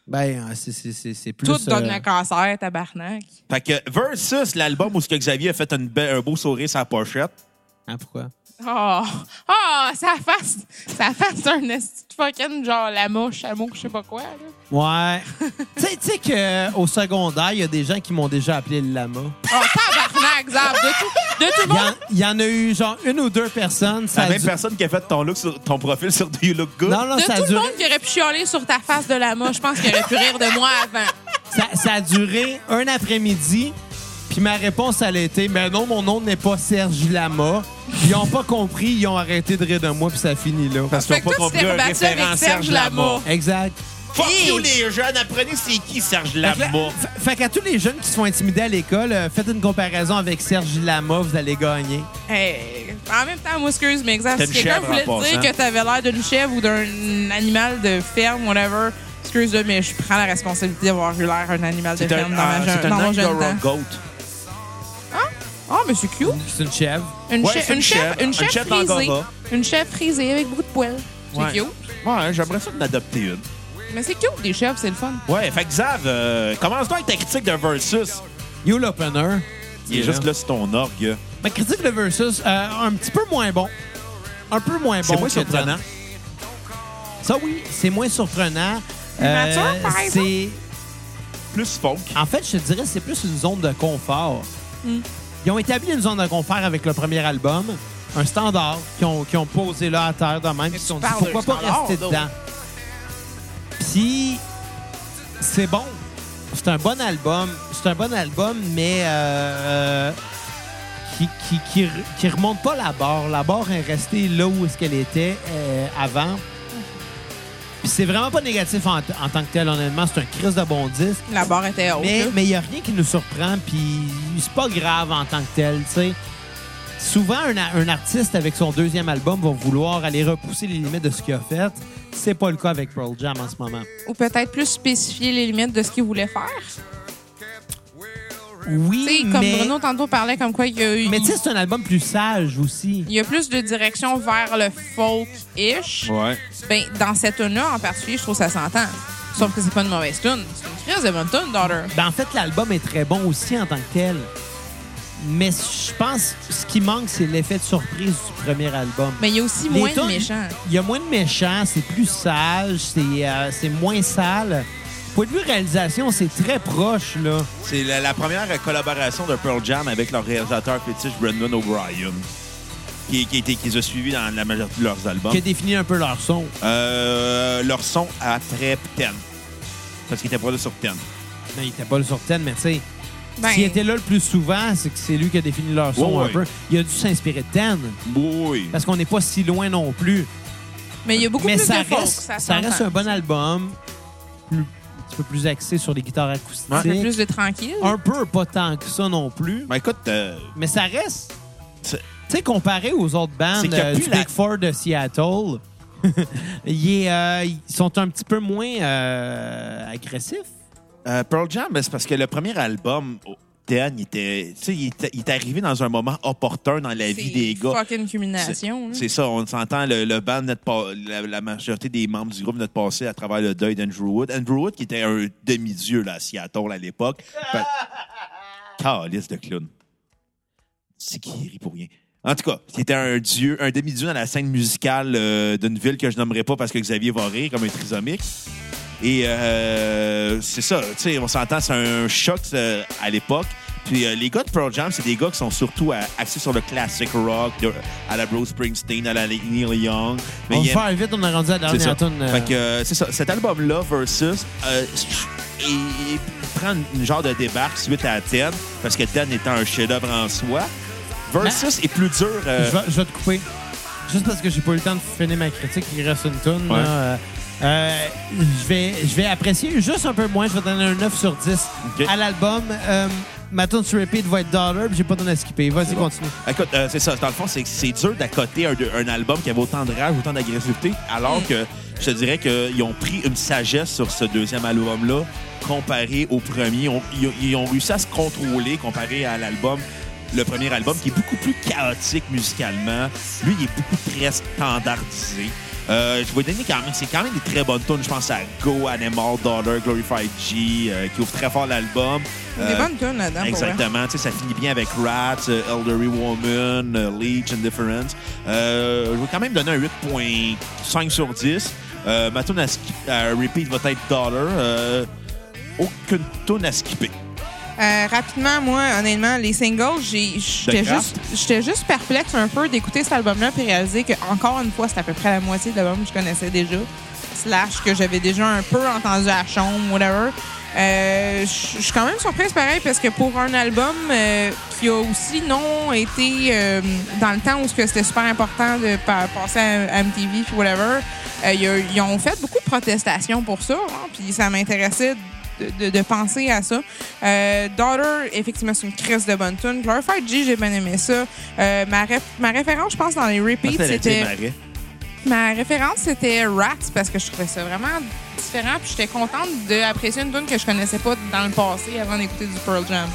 Ben, euh, c'est- c'est- c'est c'est plus... Tout donne euh, un cancer, tabarnak. Fait que, versus l'album où ce que Xavier a fait une be- un beau sourire sur la pochette, hein, pourquoi? Oh, oh, ça face, ça face d'un esti de fucking genre lama, chameau, je sais pas quoi. Là. Ouais. [LAUGHS] tu sais- tu sais qu'au secondaire, il y a des gens qui m'ont déjà appelé le lama. Oh, tabarnak, Zab, de tout, de tout Il y, bon. en- il y en a eu genre une ou deux personnes. Ça la a même Ben, du- personne qui a fait ton, look sur, ton profil sur Do You Look Good. Non, non, De Ah, ça a tout le duré... monde qui aurait pu chialer sur ta face de lama, je pense qu'il aurait pu rire de moi avant. Ça, ça a duré un après-midi. Puis ma réponse, elle a été Mais non, mon nom n'est pas Serge Lama. Ils ont pas compris, ils ont arrêté de rire de moi, puis ça finit là. Parce qu'ils Fait n'ont pas que toi, tu compris t'es un rebattu avec référent Serge Lama. Exact. Fuck Hey. you, les jeunes, apprenez c'est qui Serge Fait que là- Lama. fa- Fait qu'à tous les jeunes qui se font intimider à l'école, euh, faites une comparaison avec Serge Lama, vous allez gagner. Hey, en même temps, moi, excuse, mais exact, T'as si une quelqu'un chèvre en voulait te dire passant. que t'avais l'air d'une chèvre ou d'un animal de ferme, whatever, excuse-moi, mais je prends la responsabilité d'avoir eu l'air un animal de C'est ferme un, dans, ma euh, jeune- c'est un dans mon jeune Angora temps. Goat. Ah, mais c'est cute. C'est une chèvre. Une, Ouais, chè- c'est une une chèvre, chèvre. une Une chèvre chèvre frisée. d'Angora. Une chèvre frisée avec beaucoup de poils. C'est Ouais. cute. Ouais, hein, j'aimerais ça d'en adopter une. Mais c'est cute, des chèvres, c'est le fun. Ouais, fait que Xav, euh, commence-toi avec ta critique de Versus. You l'opener. Il est Yeah. juste là sur ton orgue. euh, Ma critique de Versus, euh, un petit peu moins bon. Un peu moins bon. C'est moins que surprenant. Ça, oui, c'est moins surprenant. Euh, Plus mature, par exemple? c'est- Plus funk. En fait, je te dirais c'est plus une zone de confort. Hmm. Ils ont établi une zone de confort avec le premier album, un standard qu'ils ont, qu'ils ont posé là à terre de même. puis Ils tu ont dit parles pourquoi d'un pas standard, rester donc. dedans. Puis c'est bon. C'est un bon album. C'est un bon album, mais euh, qui, qui, qui, re- qui remonte pas la barre. La barre est restée là où est-ce qu'elle était euh, avant. Hmm. Puis c'est vraiment pas négatif en, en tant que tel, honnêtement. C'est un crise de bon disque. La barre était haute. Mais là. il n'y a rien qui nous surprend, puis c'est pas grave en tant que tel, tu sais. Souvent, un, a- un artiste avec son deuxième album va vouloir aller repousser les limites de ce qu'il a fait. C'est pas le cas avec Pearl Jam en ce moment. Ou peut-être plus spécifier les limites de ce qu'il voulait faire. Tu sais, Oui, comme mais, Bruno tantôt parlait, comme quoi il y a eu. mais tu sais, c'est un album plus sage aussi. il y a plus de direction vers le folk-ish. Ouais. Ben, dans cette tune-là en particulier, je trouve que ça s'entend. Sauf que c'est pas une mauvaise tune. C'est une crise de bonne tune, daughter. Ben, en fait, l'album est très bon aussi en tant que tel. Mais je pense que ce qui manque, c'est l'effet de surprise du premier album. Mais il y a aussi Les moins de tunes, méchants. Il y a moins de méchants, c'est plus sage, c'est euh, c'est moins sale. Point de vue réalisation, c'est très proche, là. C'est la, la première collaboration de Pearl Jam avec leur réalisateur fétiche Brendan O'Brien, qui, qui, était- qui les a suivis dans la majorité de leurs albums. Qui a défini un peu leur son. Euh, leur son à très 10. Parce qu'ils étaient pas là sur 10. Non, Ben, il était pas le sur 10, mais tu sais, Ben, s'il était là le plus souvent, c'est que c'est lui qui a défini leur son Ouais, un ouais. peu. Il a dû s'inspirer de 10, Oui. parce qu'on n'est pas si loin non plus. mais il y a beaucoup mais plus ça de folk. reste, ça ça reste s'entend. un bon album. plus, un petit peu plus axé sur les guitares Ouais. Un peu acoustiques. plus de tranquille. Un peu, pas tant que ça non plus. Ben écoute, euh, Mais ça reste. Tu C'est- sais, comparé aux autres C'est bandes qu'il y a euh, plus du la- Big Four de Seattle, [LAUGHS] il est, euh, ils sont un petit peu moins euh, agressifs. euh, Pearl Jam, ben, c'est parce que le premier album, au- Dan, il était, tu sais, il était- il est arrivé dans un moment opportun dans la vie des gars. fucking C'est culmination. là. c'est ça, on s'entend, le, le band, venait de pa- la, la majorité des membres du groupe venait de passer à travers le deuil d'Andrew Wood. Andrew Wood qui était un demi-dieu là, à Seattle à l'époque. Fait- Calice de clown. C'est qui rit pour rien. En tout cas, qui était un dieu, un demi-dieu dans la scène musicale euh, d'une ville que je nommerai pas parce que Xavier va rire comme un trisomique. Et euh, c'est ça, tu sais, on s'entend, c'est un choc euh, à l'époque. Puis euh, les gars de Pearl Jam, c'est des gars qui sont surtout à- axés sur le classic rock, de- à la Bruce Springsteen, à la Neil Young. on ils va aiment- faire vite, on est rendu à la c'est ça. dernière tune. euh, Fait que, euh, c'est ça. Cet album-là, Versus, euh, il, il prend une genre de débarque suite à Ten, parce que Ten étant un chef-d'œuvre en soi. Versus est plus dur. euh, je, vais, je vais te couper. Juste parce que j'ai pas eu le temps de finir ma critique, il reste une tune. Ouais. là, euh, euh, je, vais, je vais apprécier juste un peu moins. Je vais donner un 9 sur 10 Ok. à l'album. Euh, ma tune sur repeat va être Dollar, puis j'ai pas donné à skipper. Vas-y, bon. continue. Écoute, euh, c'est ça. Dans le fond, c'est c'est dur d'accoter un, de- un album qui avait autant de rage, autant d'agressivité, alors Mm. que je te dirais qu'ils ont pris une sagesse sur ce deuxième album-là comparé au premier. Ils ont, ils ont- ils ont réussi à se contrôler comparé à l'album, le premier album, qui est beaucoup plus chaotique musicalement. Lui, il est beaucoup très standardisé. Euh, je vais donner quand même, c'est quand même des très bonnes tunes. Je pense à Go, Animal, Daughter, Glorified G, euh, qui ouvre très fort l'album. Des Euh, bonnes tunes là-dedans. Hein, pour vrai. Exactement. Tu sais, ça finit bien avec Rat, euh, Elderly Woman, euh, Leech, Indifference. Euh, je vais quand même donner un 8.5 sur 10. Euh, ma tune à, ski- à repeat va être Dollar. Euh, aucune tune à skipper. Euh, rapidement, moi, honnêtement, les singles, j'ai- j'étais De juste, j'étais juste perplexe un peu d'écouter cet album-là puis réaliser que encore une fois, c'est à peu près la moitié de l'album que je connaissais déjà, slash que j'avais déjà un peu entendu à la chambre, whatever. Euh, je je suis quand même surprise pareil parce que pour un album euh, qui a aussi non été euh, dans le temps où ce que c'était super important de pa- passer à à MTV puis whatever, euh, il y a- ils ont fait beaucoup de protestations pour ça, hein, puis ça m'intéressait de, de- de penser à ça. Euh, Daughter, effectivement, c'est une crise de bonne tune. Glorified G, j'ai bien aimé ça. Euh, ma, réf- ma référence, je pense, dans les repeats, Peut-être c'était... Ah, elle a dit Marais. Ma référence, c'était Rats, parce que je trouvais ça vraiment différent. Puis j'étais contente d'apprécier une tune que je connaissais pas dans le passé avant d'écouter du Pearl Jam.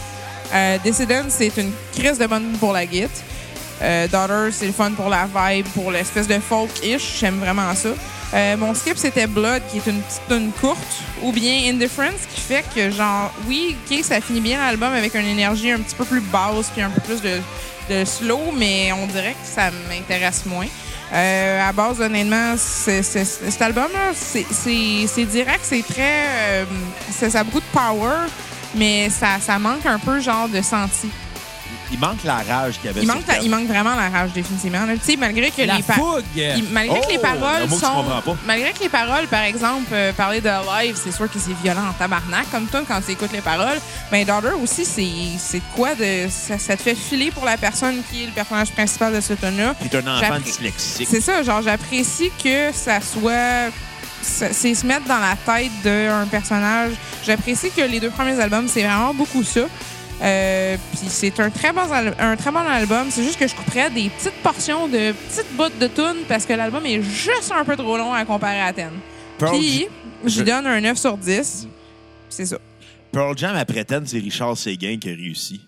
Euh, Dissident, c'est une crise de bonne pour la guitare. Euh, Daughter, c'est le fun pour la vibe, pour l'espèce de folk-ish. J'aime vraiment ça. Euh, mon skip, c'était Blood, qui est une petite tune courte, ou bien Indifference, qui fait que, genre, oui, OK, ça finit bien l'album avec une énergie un petit peu plus basse, puis un peu plus de, de slow, mais on dirait que ça m'intéresse moins. Euh, à base, honnêtement, c'est- c'est- c'est- cet album-là, c'est- c'est c'est direct, c'est très. euh, c'est- ça a beaucoup de power, mais ça, ça manque un peu, genre, de senti. Il manque la rage qu'il y avait Il sur manque, la- Terre. il manque vraiment la rage, définitivement. là. Tu sais, malgré que La les pa- fougue! il- malgré Oh, que les le paroles mot que tu sont. comprends pas. Malgré que les paroles, par exemple, euh, parler de live, c'est sûr que c'est violent en tabarnak, comme toi, quand tu écoutes les paroles. Mais Daughter aussi, c'est c'est de quoi de. Ça, ça te fait filer pour la personne qui est le personnage principal de ce tune-là. Puis t'es un enfant J'appré- dyslexique. C'est ça, genre, j'apprécie que ça soit. ça- C'est se mettre dans la tête d'un personnage. J'apprécie que les deux premiers albums, c'est vraiment beaucoup ça. Euh, Puis c'est un très bon al- un très bon album. C'est juste que je couperais des petites portions de petites bouts de tunes parce que l'album est juste un peu trop long à comparer à Athènes. Pearl, Puis je- je donne un 9 sur 10. C'est ça. Pearl Jam, après Ten, c'est Richard Séguin qui a réussi.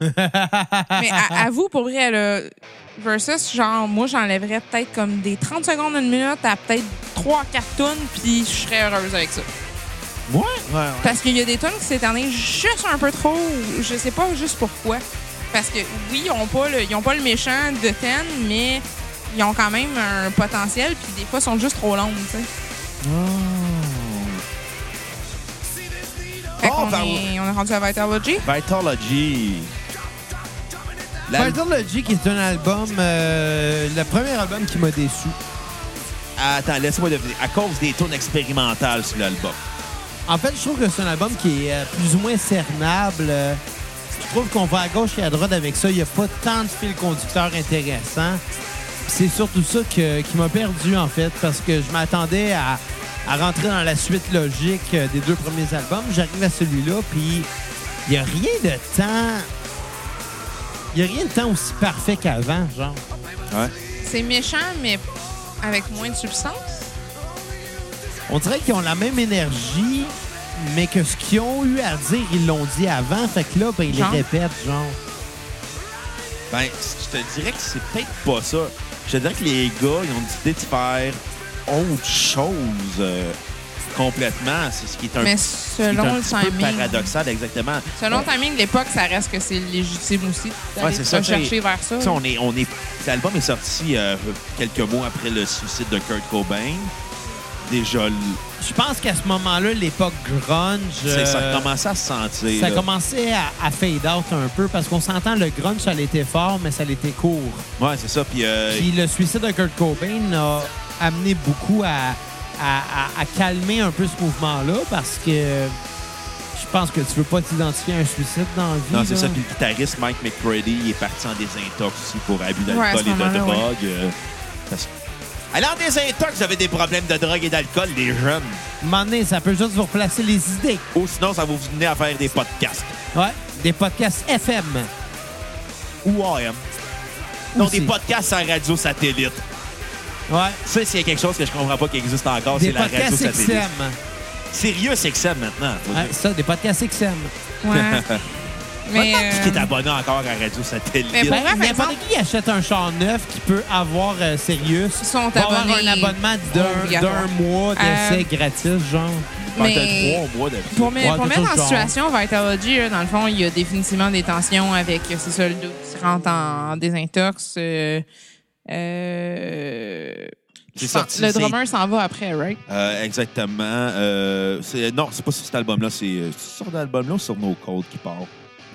Mais à, à vous, pour vrai, là, versus, genre, moi, j'enlèverais peut-être comme des 30 secondes, une minute à peut-être 3 cartoons, puis je serais heureuse avec ça. Ouais. Parce qu'il y a des tunes qui s'éternisent juste un peu trop, ou je sais pas juste pourquoi. Parce que, oui, ils ont pas le, ils ont pas le méchant de Ten, mais ils ont quand même un potentiel, puis des fois, ils sont juste trop longues, tu sais. Fait Bon, qu'on par- est, on est rendu à Vitalogy. Vitalogy. La- Vitalogy, qui est un album, euh, le premier album qui m'a déçu. Attends, laisse-moi devenir. À cause des tunes expérimentales sur l'album. En fait, je trouve que c'est un album qui est euh, plus ou moins cernable. Euh, Je trouve qu'on va à gauche et à droite avec ça. Il n'y a pas tant de fil conducteur intéressant. C'est surtout ça que- qui m'a perdu, en fait, parce que je m'attendais à, à rentrer dans la suite logique euh, des deux premiers albums. J'arrive à celui-là, puis il n'y a rien de temps. Il n'y a rien de temps aussi parfait qu'avant, genre. Ouais. C'est méchant, mais avec moins de substance. On dirait qu'ils ont la même énergie, mais que ce qu'ils ont eu à dire, ils l'ont dit avant. Fait que là, ben, ils les Genre? répètent, genre. Ben, je te dirais que c'est peut-être pas ça. Je te dirais que les gars, ils ont décidé de faire autre chose euh, complètement. C'est ce qui est un, Mais ce qui est un selon le petit peu timing. paradoxal, exactement. Selon On- le timing de l'époque, ça reste que c'est légitime aussi Ouais, d'aller c'est se ça, chercher t'sais, vers ça. Tu sais, on est, on est, l'album est sorti euh, quelques mois après le suicide de Kurt Cobain. Déjà, l- Je pense qu'à ce moment-là, l'époque grunge. c'est- euh, ça commençait à se sentir. Ça là. commençait à, à fade out un peu parce qu'on s'entend le grunge, ça l'était fort, mais ça l'était court. Ouais, c'est ça. Puis, euh, Puis le suicide de Kurt Cobain a amené beaucoup à, à- à- à calmer un peu ce mouvement-là parce que je pense que tu veux pas t'identifier à un suicide dans la vie. non, c'est là. ça. Puis le guitariste Mike McCready il est parti en désintox aussi pour abus Ouais, à ce d'alcool et de moment-là, ouais. drogue. euh, parce que- Alors, en désintox, vous avez des problèmes de drogue et d'alcool, les jeunes. Un moment donné, ça peut juste vous replacer les idées. Ou sinon, ça va vous venir à faire des podcasts. Ouais, des podcasts FM. Ou AM. Non, Aussi. des podcasts en radio satellite. Ouais. Ça, s'il y a quelque chose que je comprends pas qui existe encore, Des c'est la radio podcasts satellite. XM. Sérieux XM maintenant. faut Ouais, dire. ça, des podcasts XM. [LAUGHS] Ouais. mais, Maintenant, qui euh, est abonné encore à Radio Satellite. Mais Ben, pour vrai, par n'importe exemple- qui achète un char neuf qui peut avoir euh, Sirius. Ils sont peut avoir un abonnés abonnement d'un, obligatoire. d'un mois d'essai Euh, gratis, genre. Pendant mais- trois mois de- Pour, me- Ouais, pour quelque chose mettre en genre. situation, Vitalogy, là, dans le fond, il y a définitivement des tensions avec, euh, c'est ça, le dos qui rentre en, en désintox. euh, euh, C'est sorti, le c'est- drummer s'en va après, right? Euh, exactement. Euh, c'est- non, c'est pas sur cet album-là. C'est euh, c'est sur l'album-là ou sur No Code qui part?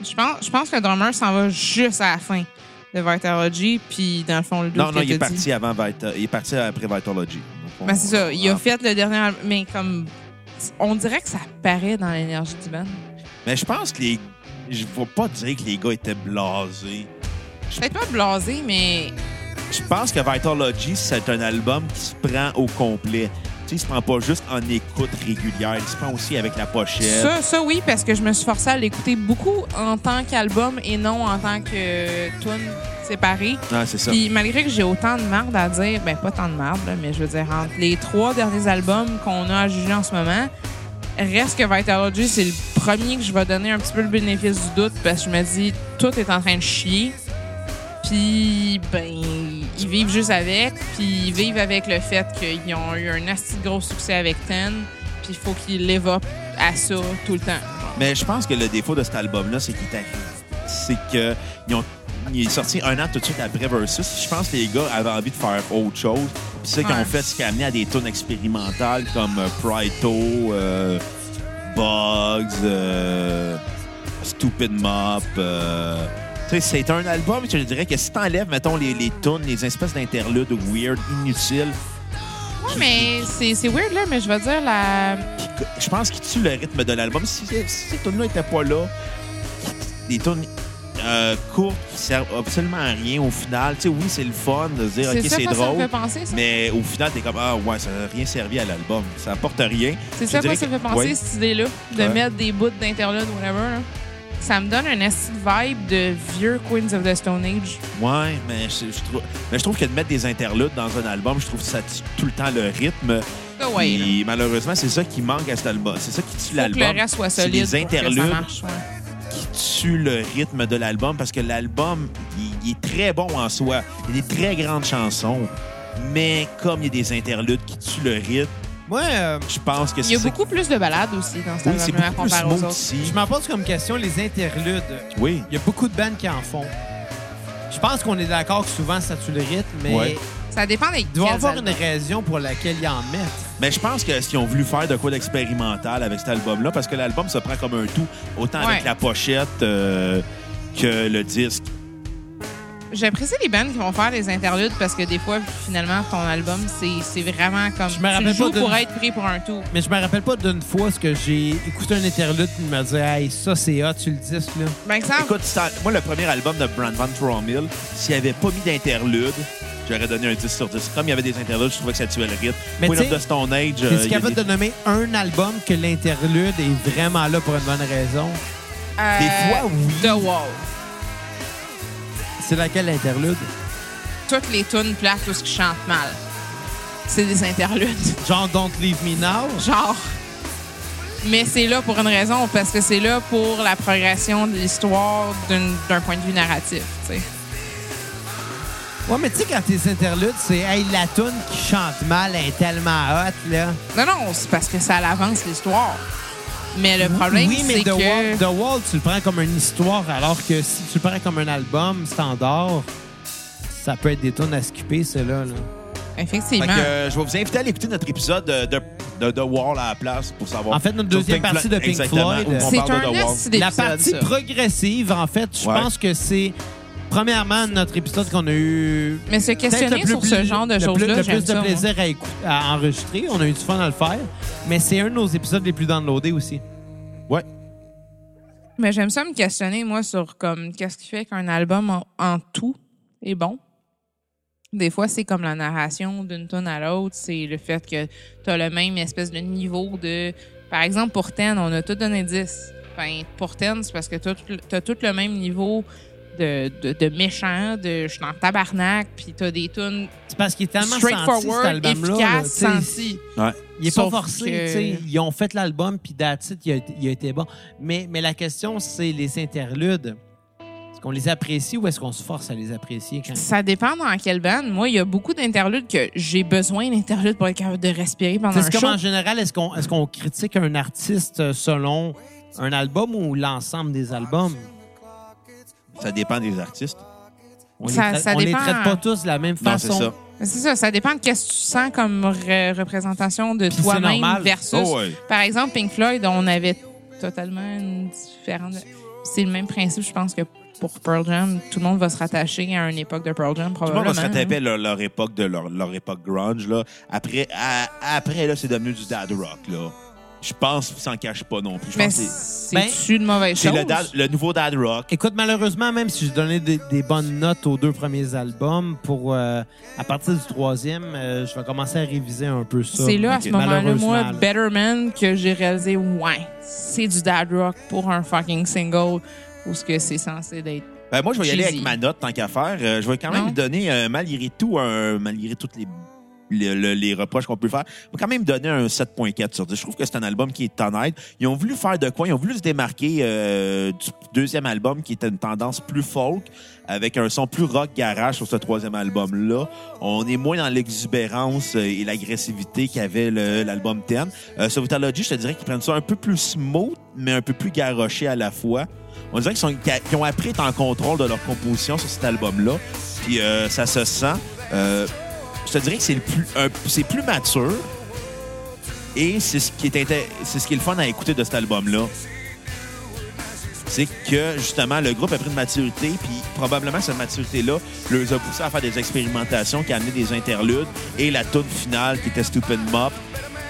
Je pense, je pense que le drummer s'en va juste à la fin de Vitalogy, puis dans le fond, le dos Non, non, il est parti avant Vita- Il est parti après Vitalogy. Donc, Ben, on- c'est ça. Il a Ah. fait le dernier. al- Mais comme. On dirait que ça paraît dans l'énergie du band. Mais je pense que les. Je vais pas dire que les gars étaient blasés. Peut-être pas blasé, mais. Je pense que Vitalogy, c'est un album qui se prend au complet. Tu sais, il se prend pas juste en écoute régulière. Il se prend aussi avec la pochette. Ça, ça, oui, parce que je me suis forcée à l'écouter beaucoup en tant qu'album et non en tant que tune séparée. Ah, c'est ça. Puis malgré que j'ai autant de marde à dire, ben pas tant de marde, là, mais je veux dire, entre les trois derniers albums qu'on a à juger en ce moment, reste que Vitalogy, c'est le premier que je vais donner un petit peu le bénéfice du doute parce que je me dis, tout est en train de chier. Puis, ben, ils vivent juste avec. Puis, ils vivent avec le fait qu'ils ont eu un assez gros succès avec Ten. Puis, il faut qu'ils live up à ça tout le temps. Mais je pense que le défaut de cet album-là, c'est qu'il est arrivé. C'est que ils ont- il est sorti un an tout de suite après Versus. Je pense que les gars avaient envie de faire autre chose. Puis c'est qu'ils Ouais. ont fait ce qui a amené à des tunes expérimentales comme euh, Pride Toe, euh, Bugs, euh, Stupid Mop. euh. Tu sais, c'est un album, je dirais que si t'enlèves, mettons, les, les tunes, les espèces d'interludes weird, inutiles, Ouais, mais c'est c'est weird, là, mais je veux dire, la, qui- je pense qu'il tue le rythme de l'album. Si, si ces tunes-là n'étaient pas là, des tunes euh, courtes qui servent absolument à rien au final. Tu sais, oui, c'est le fun de se dire, OK, c'est ça, c'est ça, ça me drôle. fait penser, ça. Mais au final, t'es comme, ah ouais, ça n'a rien servi à l'album. Ça apporte rien. C'est Je ça, dirais moi, ça que- me fait penser, ouais. cette idée-là, de Ouais. mettre des bouts d'interlude, whatever. là. Ça me donne un esti de vibe de vieux Queens of the Stone Age. Ouais, mais je, je trouve, mais je trouve que de mettre des interludes dans un album, je trouve que ça tue tout le temps le rythme. Ah Ça, ouais, là. Puis, malheureusement, c'est ça qui manque à cet album. C'est ça qui tue Faut que l'album. le reste soit C'est solide. les pour que ça interludes. marche, ouais. qui tue le rythme de l'album parce que l'album, il, il est très bon en soi. Il y a des très grandes chansons, mais comme il y a des interludes qui tuent le rythme, Moi, euh, je pense que Il y c'est a ça beaucoup plus de balades aussi dans qui- Oui, cet c'est album-là beaucoup plus comparé aux smooth autres. ici. je m'en pose comme question les interludes. Oui. Il y a beaucoup de bandes qui en font. Je pense qu'on est d'accord que souvent ça tue le rythme, mais Ouais. Ça dépend des. il doit y quels avoir une albums. raison pour laquelle ils en mettent. Mais je pense que s'ils ont voulu faire de quoi d'expérimental avec cet album-là, parce que l'album se prend comme un tout, autant Ouais. avec la pochette euh, que le disque. J'apprécie les bands qui vont faire des interludes parce que des fois, finalement, ton album, c'est c'est vraiment comme. Je me tu rappelle le pas joues d'une- pour être pris pour un tour. Mais je me rappelle pas d'une fois ce que j'ai écouté un interlude et me dit Hey, ça c'est hot, tu le disques là. Par exemple, Écoute, ça- moi, le premier album de Brand Van Trommel, s'il n'y avait pas mis d'interlude, j'aurais donné un 10 sur 10. Comme il y avait des interludes, je trouvais que ça tuait le rythme. Mais Queen tu of sais, the Stone Age. euh, il T'es-tu y a capable des- de nommer un album que l'interlude est vraiment là pour une bonne raison? Euh, Des fois, oui. The Wall. C'est laquelle l'interlude? Toutes les tunes plates, tout ce qui chante mal. C'est des interludes. Genre Don't Leave Me Now? genre. Mais c'est là pour une raison, parce que c'est là pour la progression de l'histoire d'une- d'un point de vue narratif. tu sais. Ouais, mais tu sais, quand tes interludes, c'est Hey, la toune qui chante mal, elle est tellement hot, là. Non, non, c'est parce que ça avance l'histoire. Mais le problème, oui, mais c'est The, Wall, que... The Wall, tu le prends comme une histoire, alors que si tu le prends comme un album standard, ça peut être des tunes à skipper, ceux-là. Là. Effectivement. Fait que, euh, je vais vous inviter à aller écouter notre épisode de, de, de The Wall à la place pour savoir. En fait, notre Sur deuxième Pink partie de Pink Exactement, Floyd, où on C'est parle de un The Wall. esti La d'épisode, partie ça. progressive, en fait, je Ouais. pense que c'est premièrement notre épisode qu'on a eu. Mais se peut-être questionner le plus- sur ce genre de le plus- choses-là, Le plus j'aime de ça, moi. plaisir à, écou- à enregistrer. On a eu du fun à le faire. Mais c'est un de nos épisodes les plus downloadés aussi. Ouais. Mais j'aime ça me questionner, moi, sur comme qu'est-ce qui fait qu'un album en, en tout est bon. Des fois, c'est comme la narration d'une tonne à l'autre, c'est le fait que tu as le même espèce de niveau de. Par exemple, pour Ten, on a tout donné 10. Enfin, pour Ten, c'est parce que tu as tout le même niveau de, de, de méchant, de je suis dans le tabarnak, puis tu as des tunes C'est parce qu'il est tellement senti, cet straightforward, album-là. là, efficaces, tu sais. senties. Ouais. Il est Sauf pas forcé, que- tu sais. Ils ont fait l'album, puis that's it, il a, il a été bon. Mais, mais la question, c'est les interludes. Est-ce qu'on les apprécie ou est-ce qu'on se force à les apprécier? Quand... Ça dépend dans quelle bande. Moi, il y a beaucoup d'interludes que j'ai besoin d'interludes pour être capable de respirer pendant un C'est comme show. en général, est-ce qu'on est qu'on critique un artiste euh, selon un album ou l'ensemble des albums? Ça dépend des artistes. On Ça- les, traite- ça on les dépend. traite pas tous de la même Non, c'est façon. ça. Mais C'est ça, ça dépend de qu'est-ce que tu sens comme re- représentation de c'est toi-même normal. versus... Oh, ouais. Par exemple, Pink Floyd, on avait totalement une différente... C'est le même principe, je pense, que pour Pearl Jam. Tout le monde va se rattacher à une époque de Pearl Jam, Tout le probablement. hein. monde va se rattraper leur, leur époque de leur, leur époque grunge là. Après, à- après là, c'est devenu du dad rock là. Je pense qu'ils s'en cachent pas non plus. Je Mais pense que c'est- c'est-tu de mauvaise c'est chose? le, dad- le nouveau dad rock. Écoute, malheureusement, même si je donnais des, des bonnes notes aux deux premiers albums, pour euh, à partir du troisième, euh, je vais commencer à réviser un peu ça. C'est là, à Ok, ce moment-là, moi, Ben- malheureusement, là. Better Man, que j'ai réalisé, ouais, c'est du dad rock pour un fucking single ou ce que c'est censé d'être. Ben, moi, je vais y aller Cheesy. avec ma note tant qu'à faire. Euh, je vais quand même Non. lui donner, euh, malgré tout, un, malgré toutes les le- le- les reproches qu'on peut faire, je vais quand même donner un 7.4 sur 10. Je trouve que c'est un album qui est honnête. Ils ont voulu faire de quoi? Ils ont voulu se démarquer euh, du deuxième album qui était une tendance plus folk avec un son plus rock garage sur ce troisième album-là. On est moins dans l'exubérance euh, et l'agressivité qu'avait le- l'album 10. Euh, Sovitology, je te dirais qu'ils prennent ça un peu plus smooth, mais un peu plus garoché à la fois. On dirait qu'ils sont- qu'ils ont appris à être en contrôle de leur composition sur cet album-là. Puis euh, ça se sent. Euh, je te dirais que c'est le plus, un- c'est plus mature. Et c'est ce qui est inté- c'est ce qui est le fun à écouter de cet album-là. C'est que justement le groupe a pris une maturité, puis probablement cette maturité-là les a poussés à faire des expérimentations qui a amené des interludes et la tune finale qui était Stupid Mop,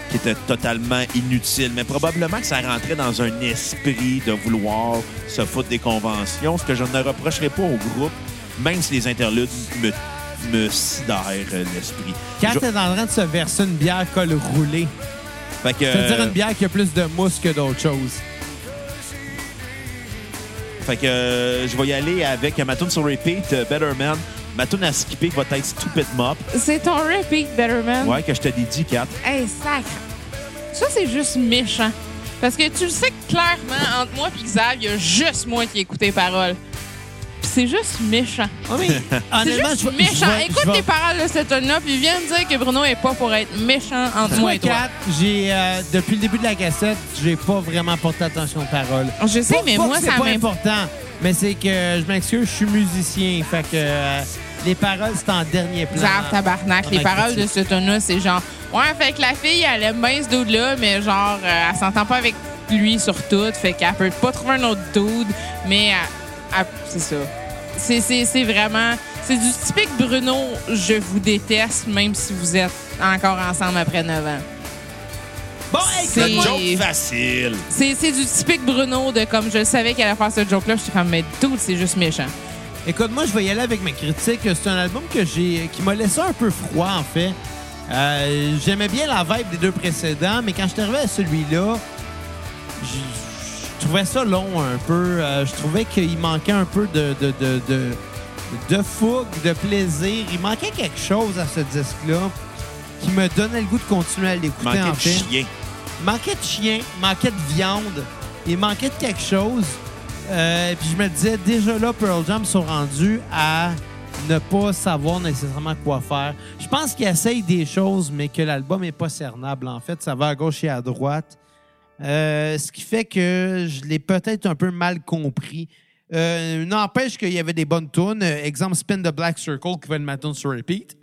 qui était totalement inutile. Mais probablement que ça rentrait dans un esprit de vouloir se foutre des conventions, ce que je ne reprocherai pas au groupe, même si les interludes me, me sidèrent euh, l'esprit. Quand Je- t'es en train de se verser une bière col roulé, fait que, c'est-à-dire une bière qui a plus de mousse que d'autres choses. Fait que euh, je vais y aller avec euh, ma tune sur repeat, euh, Better Man. Ma tune à skipper va être Stupid Mop, C'est ton repeat, Better Man. ouais, que je te dédie, Kat. Hey, sacre. Ça, c'est juste méchant. Parce que tu le sais que clairement, entre moi et Xav, il y a juste moi qui écoute tes paroles. Puis c'est juste méchant. Ah, mais C'est honnêtement, juste je vais- je méchant. vais- je Écoute vais- tes paroles de cette tonne-là, puis viens me dire que Bruno est pas pour être méchant entre moi Moi, et toi. Kat, j'ai, euh, depuis le début de la cassette, j'ai pas vraiment porté attention aux paroles. Je sais, mais Pas moi, que ça c'est pas m'importe. important, mais c'est que je m'excuse, je suis musicien, fait que euh, les paroles c'est en dernier plan. Zaf, tabarnak. Ah, Les ben, paroles c'est- de ce ton-là, c'est genre, ouais, fait que la fille, elle aime bien ce dude-là, mais genre, euh, elle s'entend pas avec lui sur tout, fait qu'elle peut pas trouver un autre dude, mais euh, elle- elle- c'est ça. C'est- C'est c'est vraiment, c'est du typique Bruno, je vous déteste, même si vous êtes encore ensemble après 9 ans. Bon, C'est- écoute, Joke facile. C'est c'est du typique Bruno de comme je savais qu'elle allait faire ce joke-là, je suis comme, mais dude, c'est juste méchant. Écoute, moi, je vais y aller avec ma critique. C'est un album que j'ai, qui m'a laissé un peu froid, en fait. Euh, J'aimais bien la vibe des deux précédents, mais quand je suis arrivé à celui-là, je- je trouvais ça long un peu. Euh, je trouvais qu'il manquait un peu de, de, de, de, de fougue, de plaisir. Il manquait quelque chose à ce disque-là qui me donnait le goût de continuer à l'écouter, Manquait en de fait chien. manquait de chien, manquait de viande, il manquait de quelque chose. Euh, puis je me disais, déjà là, Pearl Jam sont rendus à ne pas savoir nécessairement quoi faire. Je pense qu'ils essayent des choses, mais que l'album est pas cernable. En fait, ça va à gauche et à droite. Euh, ce qui fait que je l'ai peut-être un peu mal compris. Euh, N'empêche qu'il y avait des bonnes tunes. Euh, Exemple, Spin the Black Circle qui va être ma tune sur repeat.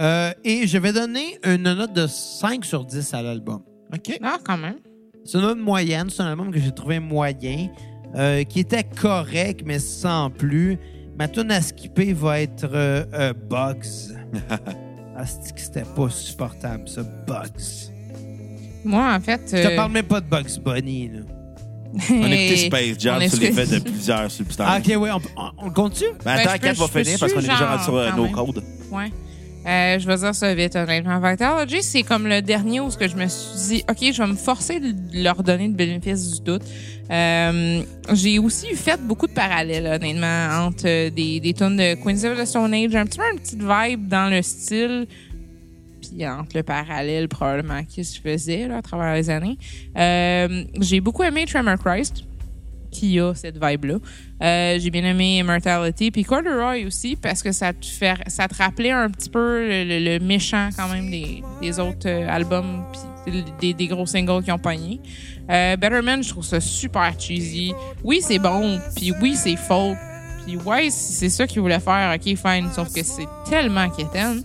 Euh, et je vais donner une note de 5 sur 10 à l'album. OK. Ah, quand même. C'est une note moyenne. C'est un album que j'ai trouvé moyen, euh, qui était correct, mais sans plus. Ma tune à skipper va être euh, euh, Bugs. ah, c'est que c'était pas supportable, ça, Bugs. Moi, en fait. Je te euh, parle même pas de Bugs Bunny, là. On [LAUGHS] a écouté Space on Jam sur l'effet de excuse- plusieurs substances. Ah, ok, oui, on, on, on le compte-tu? Mais Ben, attends, je peux- 4 va je peux finir parce qu'on est déjà suivre, rendu sur euh, genre, nos quand codes. Ouais. Euh, je vais dire ça vite, honnêtement. Vitalogy, c'est comme le dernier où ce que je me suis dit, OK, je vais me forcer de leur donner le bénéfice du doute. Euh, J'ai aussi fait beaucoup de parallèles, honnêtement, entre euh, des, des tonnes de Queens of the Stone Age, un petit peu une petite vibe dans le style, puis entre le parallèle probablement qui se faisait là, à travers les années. Euh, J'ai beaucoup aimé Tremor Christ qui a cette vibe-là. Euh, j'ai bien aimé Immortality. Puis Corduroy aussi, parce que ça te, fait, ça te rappelait un petit peu le, le- le méchant quand même des, des autres euh, albums, puis des, des gros singles qui ont pogné. Euh, Betterman, je trouve ça super cheesy. Oui, c'est bon, puis oui, c'est faux. Puis ouais, si c'est ça qu'ils voulaient faire, ok, fine, sauf que c'est tellement quétaine.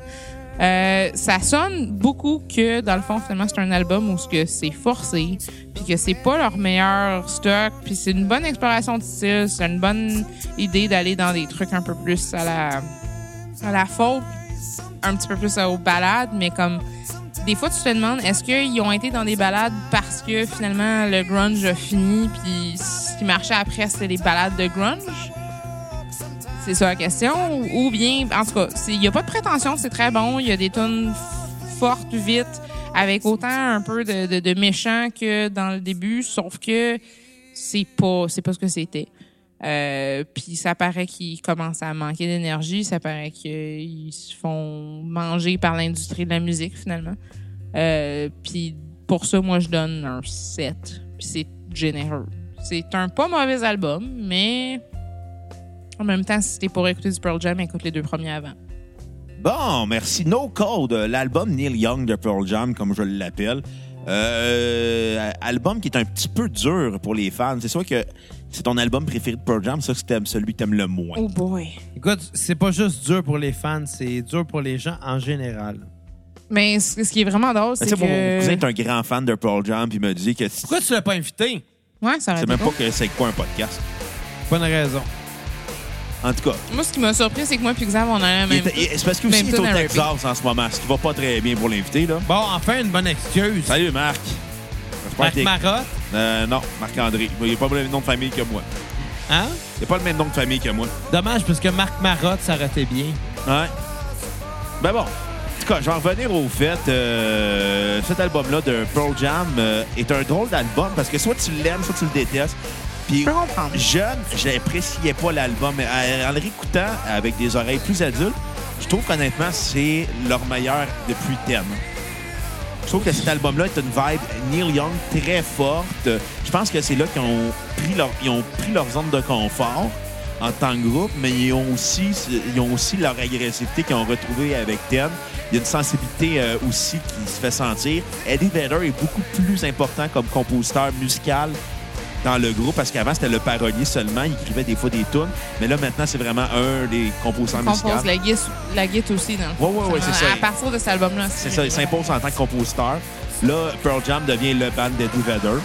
Euh, ça sonne beaucoup que, dans le fond, finalement, c'est un album où ce que c'est forcé, puis que c'est pas leur meilleur stock, puis c'est une bonne exploration de style, c'est une bonne idée d'aller dans des trucs un peu plus à la, à la folk, un petit peu plus aux balades, mais comme des fois, tu te demandes est-ce qu'ils ont été dans des balades parce que finalement le grunge a fini, puis ce qui marchait après, c'était les balades de grunge c'est ça la question. Ou bien, en tout cas, c'est- il n'y a pas de prétention, c'est très bon. Il y a des tonnes fortes, vite, avec autant un peu de, de, de méchant que dans le début, sauf que c'est pas, c'est pas ce que c'était. Euh, Puis ça paraît qu'ils commencent à manquer d'énergie, ça paraît qu'ils se font manger par l'industrie de la musique finalement. Euh, Puis pour ça, moi, je donne un 7. Puis c'est généreux. C'est un pas mauvais album, mais en même temps, si t'es pour écouter du Pearl Jam, écoute les deux premiers avant. Bon, merci. No Code, euh, l'album Neil Young de Pearl Jam, comme je l'appelle. Euh, album qui est un petit peu dur pour les fans. C'est sûr que c'est ton album préféré de Pearl Jam, ça, c'est t'aimes- celui que t'aimes le moins. Oh boy. Écoute, c'est pas juste dur pour les fans, c'est dur pour les gens en général. Mais ce ce qui est vraiment drôle, Mais c'est Ben, Tu sais, mon cousin est que... un grand fan de Pearl Jam, puis il me dit que c'est Pourquoi tu l'as pas invité? Ouais, ça aurait été même bon. pas que c'est quoi un podcast. Bonne raison. En tout cas, Moi, ce qui m'a surpris, c'est que moi puis Xav, on a la il même... est- il- c'est parce qu'il aussi, même il est tune au à repeat. Texas en ce moment, ce qui va pas très bien pour l'invité. là. Bon, enfin, une bonne excuse. Salut, Marc. J'espère Marc que t'es- Marotte, Euh, non, Marc-André. Il n'a pas le même nom de famille que moi. hein? Il n'a pas le même nom de famille que moi. Dommage, parce que Marc Marotte s'arrêtait bien. Ouais. Ben bon. En tout cas, je vais en revenir au fait. euh, cet album-là de Pearl Jam euh, est un drôle d'album parce que soit tu l'aimes, soit tu le détestes. Puis Je peux comprendre. jeune, j'appréciais pas l'album. mais en- En le réécoutant avec des oreilles plus adultes, je trouve qu'honnêtement, c'est leur meilleur depuis Thème. Je trouve que cet album-là est une vibe Neil Young très forte. Je pense que c'est là qu'ils ont pris leur, ils ont pris leur zone de confort en tant que groupe, mais ils ont aussi, ils ont aussi leur agressivité qu'ils ont retrouvée avec Ten. Il y a une sensibilité euh, aussi qui se fait sentir. Eddie Vedder est beaucoup plus important comme compositeur musical dans le groupe parce qu'avant, c'était le parolier seulement. Il écrivait des fois des tunes, mais là, maintenant, c'est vraiment un des compositeurs On compose musicaux. la guitare la guitare aussi, dans le Ouais, ouais, ouais, c'est ça. À partir de cet album-là. C'est ça, il s'impose en tant que compositeur. Là, Pearl Jam devient le band d'Eddie Vedder.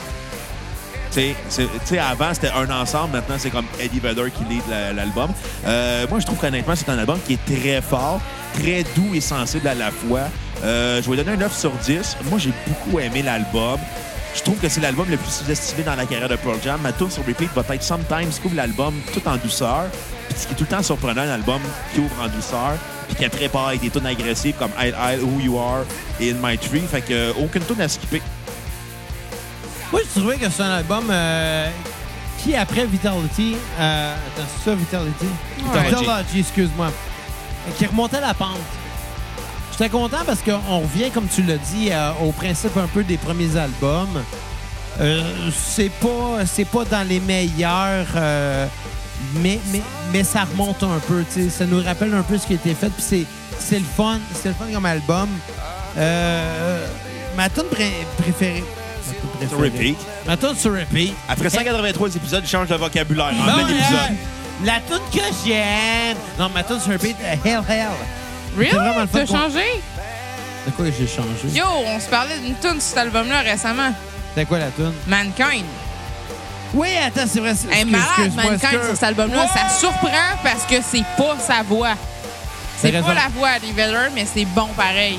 Tu sais, c'est- tu sais, avant, c'était un ensemble. Maintenant, c'est comme Eddie Vedder qui lead la- l'album. Euh, moi, je trouve qu'honnêtement, c'est un album qui est très fort, très doux et sensible à la fois. Euh, je vais donner un 9 sur 10. Moi, j'ai beaucoup aimé l'album. Je trouve que c'est l'album le plus sous-estimé dans la carrière de Pearl Jam. Ma tune sur repeat va être Sometimes qui ouvre l'album tout en douceur. Puis ce qui est tout le temps surprenant, un album qui ouvre en douceur, puis qui après part avec des tunes agressives comme I, I, Who You Are et In My Tree. Fait que euh, aucune tune à skipper. Moi, je trouvais que c'est un album euh, qui, après Vitality, euh, attends, c'est ça, Vitality? Ouais. Vitality, excuse-moi. Qui remontait la pente. J'étais content parce qu'on revient, comme tu l'as dit, euh, au principe un peu des premiers albums. Euh, c'est pas c'est pas dans les meilleurs, euh, mais, mais, mais ça remonte un peu. tu sais. Ça nous rappelle un peu ce qui a été fait. Puis c'est, c'est le fun. C'est le fun comme album. Euh, ma tune pré- préférée. ma tune Sur préférée. repeat. Ma tune sur repeat. Après 183 épisodes, il change de vocabulaire en Bon, plein épisode. hein? euh, la tune que j'aime. Non, ma tune sur repeat, euh, Hell Hell. Really? C'est vraiment le fun T'as qu'on- changé? C'est quoi que j'ai changé? Yo, on se parlait d'une tune sur cet album-là récemment. C'est quoi la tune? Mankind. Oui, attends, c'est vrai. c'est- Elle est excuse- malade, excuse-moi, Mankind, excuse. sur cet album-là. Ça surprend parce que c'est pas sa voix. C'est T'as pas raison. la voix des Vedder, mais c'est bon pareil.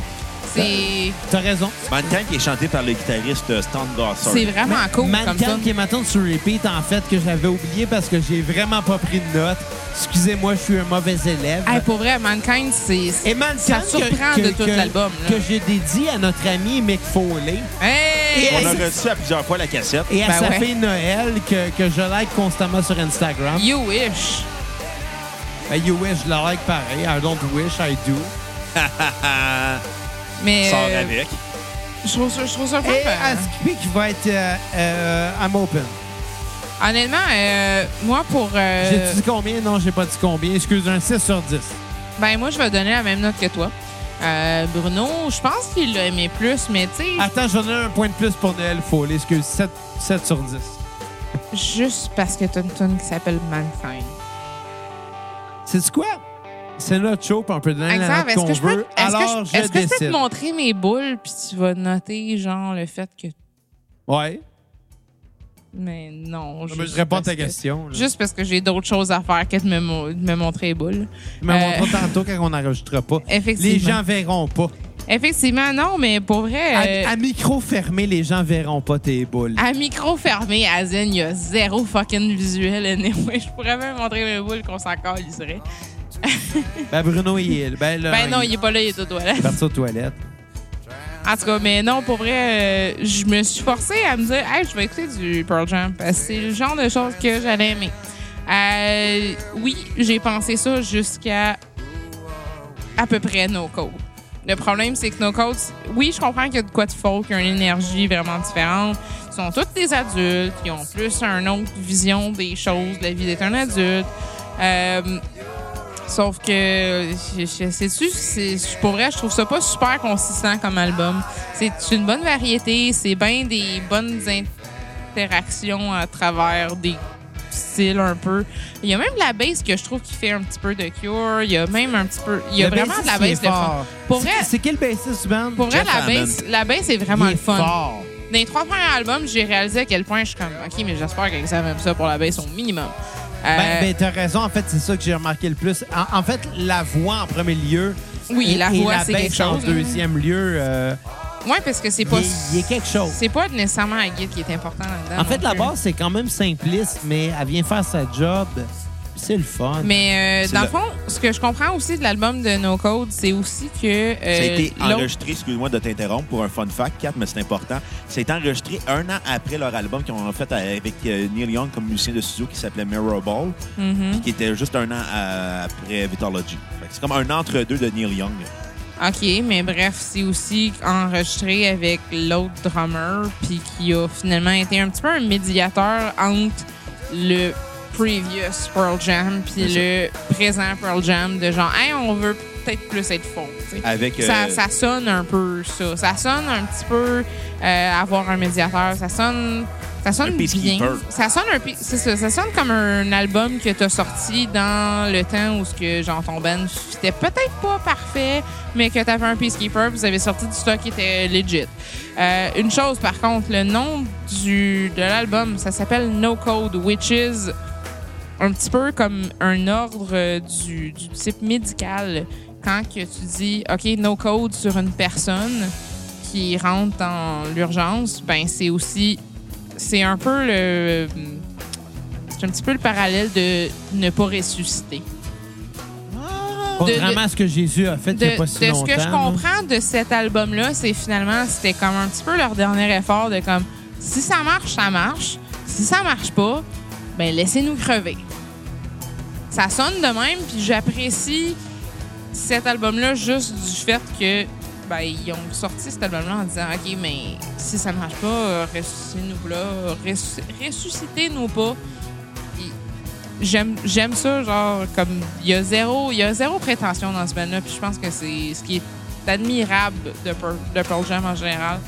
Ben, C'est T'as raison. Mankind qui est chanté par le guitariste euh, Stan Gossard. c'est vraiment cool comme Mannequin ça. qui est ma tune sur repeat, en fait, que j'avais oublié parce que j'ai vraiment pas pris de notes. Excusez-moi, je suis un mauvais élève. Hey, pour vrai, Mankind, c'est. Et Mannequin ça surprend de tout l'album, là. Que j'ai dédié à notre ami Mick Foley. Hey! Et- On a reçu à plusieurs fois la cassette. Et à Ben sa ouais. fille Noël, que, que je like constamment sur Instagram. You wish. Ben, you wish, je la like pareil. I don't wish, I do. Mais. Sort euh, avec. Je trouve ça, je trouve ça fun. Et ben. à skipper qui va être euh, euh, I'm open. Honnêtement, euh, moi, pour. euh, J'ai dit combien? Non, j'ai pas dit combien. Excuse, un 6 sur [LAUGHS] 10. Ben, moi, je vais donner la même note que toi. Euh, Bruno, je pense qu'il l'a aimé plus, mais tu sais, Attends, j'en ai un point de plus pour Noël Foley. Excuse, 7, 7 sur 10. juste parce que t'as une tune qui s'appelle Mankind. C'est quoi? C'est notre show, puis on peut donner la note Exemple, est-ce qu'on que je peux, veut. est-ce que Alors, je- est-ce que je peux te décide. montrer mes boules, puis tu vas noter, genre, le fait que. Ouais. Mais non. Je, juste réponds à parce ta que- question. là. Juste parce que j'ai d'autres choses à faire que de me, mo- de me montrer les boules. Tu me euh, [LAUGHS] montres tantôt quand on n'enregistrera pas. Effectivement. Les gens verront pas. Effectivement, non, mais pour vrai. euh, Ah. À, à micro fermé, les gens verront pas tes boules. À micro fermé, Azen, il y a zéro fucking visuel. Anyway, [LAUGHS] je pourrais même montrer mes boules qu'on s'en calisserait. Ben, Bruno, il est. Ben, là, Ben non, il est pas là, il est aux toilettes. parti aux toilettes. En tout cas, mais non, pour vrai, euh, je me suis forcée à me dire, hey, je vais écouter du Pearl Jam parce que c'est le genre de choses que j'allais aimer. Euh, oui, j'ai pensé ça jusqu'à à peu près No Code. Le problème, c'est que No Code, oui, je comprends qu'il y a de quoi de faux, qu'il y a une énergie vraiment différente. Ils sont tous des adultes, ils ont plus une autre vision des choses, de la vie d'être un adulte. Euh, Sauf que, je, je- sais-tu, c'est- je- pour vrai, je trouve ça pas super consistant comme album. C'est une bonne variété, c'est bien des bonnes interactions à travers des styles un peu. Il y a même de la bass que je trouve qui fait un petit peu de Cure. Il y a même un petit peu... Il y a Le vraiment de la bass bassiste, de il est fun. fort. Pour C'est- vrai, C'est quel bassiste, Ben? pour vrai Jeff la Hammond. bass, la bass est vraiment Il est le fun. fort. Dans les trois premiers albums, j'ai réalisé à quel point je suis comme, OK, mais j'espère que ça même ça pour la bass au minimum. Euh, Ben, ben, t'as raison. En fait, c'est ça que j'ai remarqué le plus. En, en fait, la voix en premier lieu. Oui, et- la et voix, la c'est quelque baisse en chose. hein. deuxième lieu. euh, ouais, parce que c'est il pas... y, a- il y a quelque chose. C'est pas nécessairement la guide qui est important là-dedans. euh, En fait, non la plus. base, c'est quand même simpliste, mais elle vient faire sa job. C'est le fun. Mais euh, C'est dans le le- fond, ce que je comprends aussi de l'album de No Code, c'est aussi que. euh, Ça a été l'autre- enregistré, excuse-moi de t'interrompre pour un fun fact, Kat, mais c'est important. Ça a été enregistré un an après leur album qu'ils ont fait avec euh, Neil Young comme musicien de studio qui s'appelait Mirror Ball, Mhm. puis qui était juste un an euh, après Vitalogy. Fait que C'est comme un entre-deux de Neil Young. OK, mais bref, c'est aussi enregistré avec l'autre drummer, puis qui a finalement été un petit peu un médiateur entre le previous Pearl Jam puis le présent Pearl Jam de genre, hey, on veut peut-être plus être faux. tu sais. Avec, euh, ça, ça sonne un peu ça. Ça sonne un petit peu euh, avoir un médiateur. Ça sonne. Ça sonne Un bien. peacekeeper. Ça sonne un pe- c'est ça, ça sonne comme un album que t'as sorti dans le temps où ce que genre ton band c'était peut-être pas parfait, mais que t'avais un peacekeeper, vous avez sorti du stock qui était legit. Euh, une chose par contre, le nom du de l'album, ça s'appelle No Code Witches un petit peu comme un ordre euh, du, du type médical. Quand que tu dis OK, no code sur une personne, qui rentre dans l'urgence, ben c'est aussi c'est un peu le c'est un petit peu le parallèle de ne pas ressusciter. Contrairement à ce que Jésus a fait il n'y De, a pas si de longtemps. ce que je là. comprends de cet album-là, c'est finalement, c'était comme un petit peu leur dernier effort de comme, si ça marche, ça marche. Si ça marche pas, ben laissez-nous crever. Ça sonne de même, puis j'apprécie cet album-là juste du fait que, ben, ils ont sorti cet album-là en disant, OK, mais si ça marche pas, euh, ressuscitez-nous là, ressus- ressuscitez-nous pas. Puis j'aime j'aime ça genre comme il y a zéro il y a zéro prétention dans ce band là puis je pense que c'est ce qui est admirable de Pearl, de Pearl Jam en général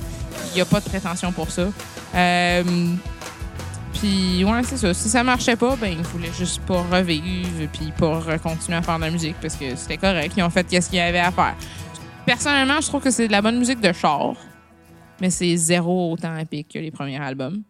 il n'y a pas de prétention pour ça Euh, puis ouais c'est ça si ça marchait pas ben ils voulaient juste pas revivre puis pas continuer à faire de la musique parce que c'était correct ils ont fait qu'est-ce qu'il y avait à faire personnellement je trouve que c'est de la bonne musique de char mais c'est zéro autant épique que les premiers albums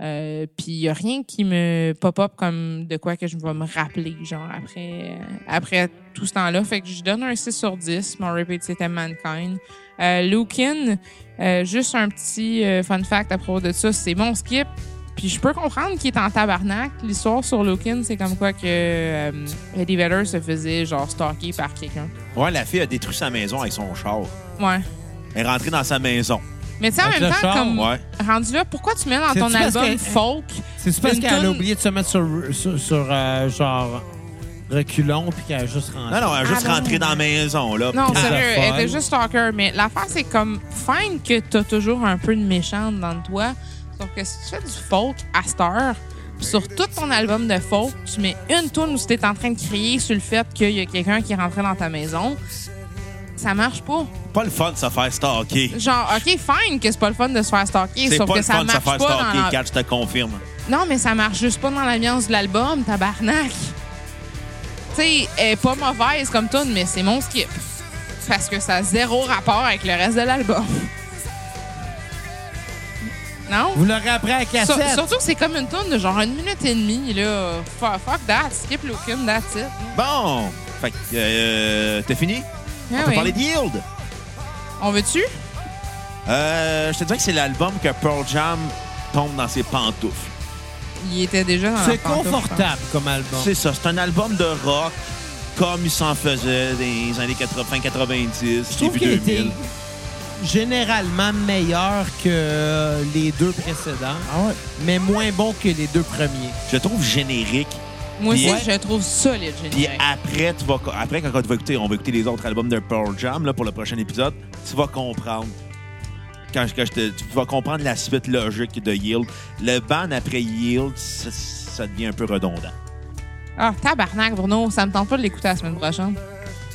euh, puis il a rien qui me pop-up comme de quoi que je vais me rappeler, genre après, euh, après tout ce temps-là. Fait que je donne un 6 sur 10. Mon repeat, c'était Mankind. Euh, Lukin, euh, juste un petit euh, fun fact à propos de ça, c'est mon skip. Puis je peux comprendre qu'il est en tabarnak. L'histoire sur Lukin, c'est comme quoi que euh, Eddie Vedder se faisait genre stalker par quelqu'un. Ouais, la fille a détruit sa maison avec son char. Ouais. Elle est rentrée dans sa maison. Mais tu sais, en Avec même le temps, char, comme ouais. rendu là, pourquoi tu mets dans C'est-tu ton parce album que- folk? C'est parce une qu'elle a toune- oublié de se mettre sur, sur, sur, euh, genre reculon puis qu'elle a juste rentré. Non, non, elle est juste Ah, non. rentrée dans la maison, là. Non, Ah, sérieux, la elle était folle. juste stalker. Mais l'affaire, c'est comme, fine que t'as toujours un peu de méchante dans toi. Sauf que si tu fais du folk à cette heure, pis sur tout ton album de folk, tu mets une tune où t'es en train de crier sur le fait qu'il y a quelqu'un qui est rentré dans ta maison, ça marche pas. pas le fun de se faire stalker. Genre, OK, fine que c'est pas le fun de se faire stalker, C'est sauf pas que le ça fun de se marche pas faire dans stalker, la- Kat, je te confirme. non, mais ça marche juste pas dans l'ambiance de l'album, tabarnak. Tu sais, elle est pas mauvaise comme tune, mais c'est mon skip. Parce que ça a zéro rapport avec le reste de l'album. Non? Vous l'aurez appris à la Sur- cassette. surtout que c'est comme une tune de genre une minute et demie, là. Fuck, fuck that, skip Locum, that's it. Bon! Fait que, euh, t'as fini? Ah On t'a oui. parlé de Yield? On veut-tu? Euh, je te dirais que c'est l'album que Pearl Jam tombe dans ses pantoufles. Il était déjà dans la C'est pantoufle, confortable comme album. C'est ça, c'est un album de rock comme il s'en faisait dans les années 80, 90, Je trouve début qu'il était 2000. généralement meilleur que euh, les deux précédents, Ah mais moins bon que les deux premiers. Je le trouve générique. je pense. Moi aussi, Ouais. je le trouve solide, Puis générique. après, tu vas, après, quand tu vas écouter, on va écouter les autres albums de Pearl Jam là, pour le prochain épisode, tu vas comprendre. Quand, je- quand je te- tu vas comprendre la suite logique de Yield. Le ban après Yield, ça, ça devient un peu redondant. Ah, tabarnak, Bruno, ça me tente pas de l'écouter la semaine prochaine.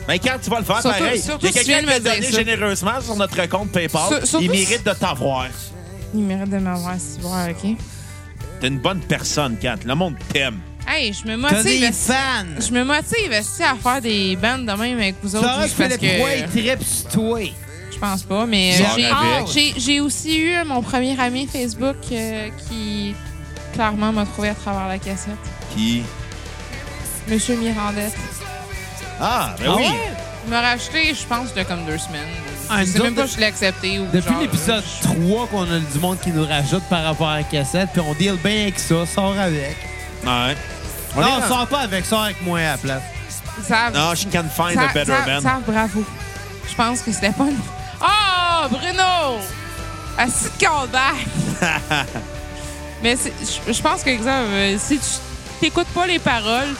Mais quand tu vas le faire, Surtout- pareil, surtout il y a si quelqu'un tu viens qui de l'a me dire donné ça. généreusement sur notre compte PayPal. Sur- surtout il si- mérite de t'avoir. Il mérite de m'avoir si voir, OK? T'es une bonne personne, Kat. Le monde t'aime. Hey, je me T'as motive. des esti- fans! Je me motive esti, à faire des bandes de même avec vous autres. Sarah juste parce Philippe que Roy, il tripe sur toi. je pense pas, mais Sors j'ai- avec. j'ai- j'ai aussi eu mon premier ami Facebook euh, qui clairement m'a trouvé à travers la cassette. Qui. Monsieur Mirandette. Ah, ben Ah oui. ouais? Il m'a racheté, je pense, de comme deux semaines. Ah, nous je sais même autres, pas si je l'ai accepté. Ou Depuis genre, euh, l'épisode 3 qu'on a du monde qui nous rajoute par rapport à la cassette, puis on deal bien avec ça, sort avec. Ouais. On non, est dans- sors pas avec, sors avec moi à la place. euh, ça- Non, she can find ça- a better ça- man. ça, bravo. Je pense que c'était pas une... Ah, Bruno! Assis de callback! [LAUGHS] Mais c'est- je je pense que, exemple, euh, si tu t'écoutes pas les paroles,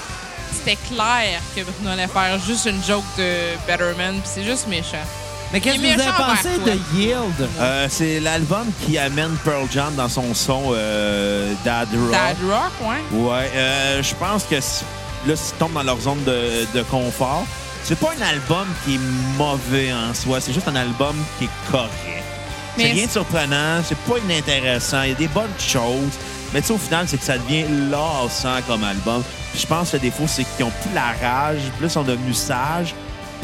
c'était clair que Bruno allait faire juste une joke de Betterman, puis c'est juste méchant. Mais qu'est-ce Il que est vous avez méchant pensé envers de Yield? Euh, c'est l'album qui amène Pearl Jam dans son son euh, Dad Rock. Dad Rock, ouais. Ouais, euh, je pense que si- là, ils tombent dans leur zone de, de confort. C'est pas un album qui est mauvais en soi, c'est juste un album qui est correct. Mais C'est rien c'est- de surprenant, c'est pas inintéressant, il y a des bonnes choses, mais tu sais, au final, c'est que ça devient lassant comme album. Puis je pense que le défaut, c'est qu'ils ont plus la rage, plus ils sont devenus sages,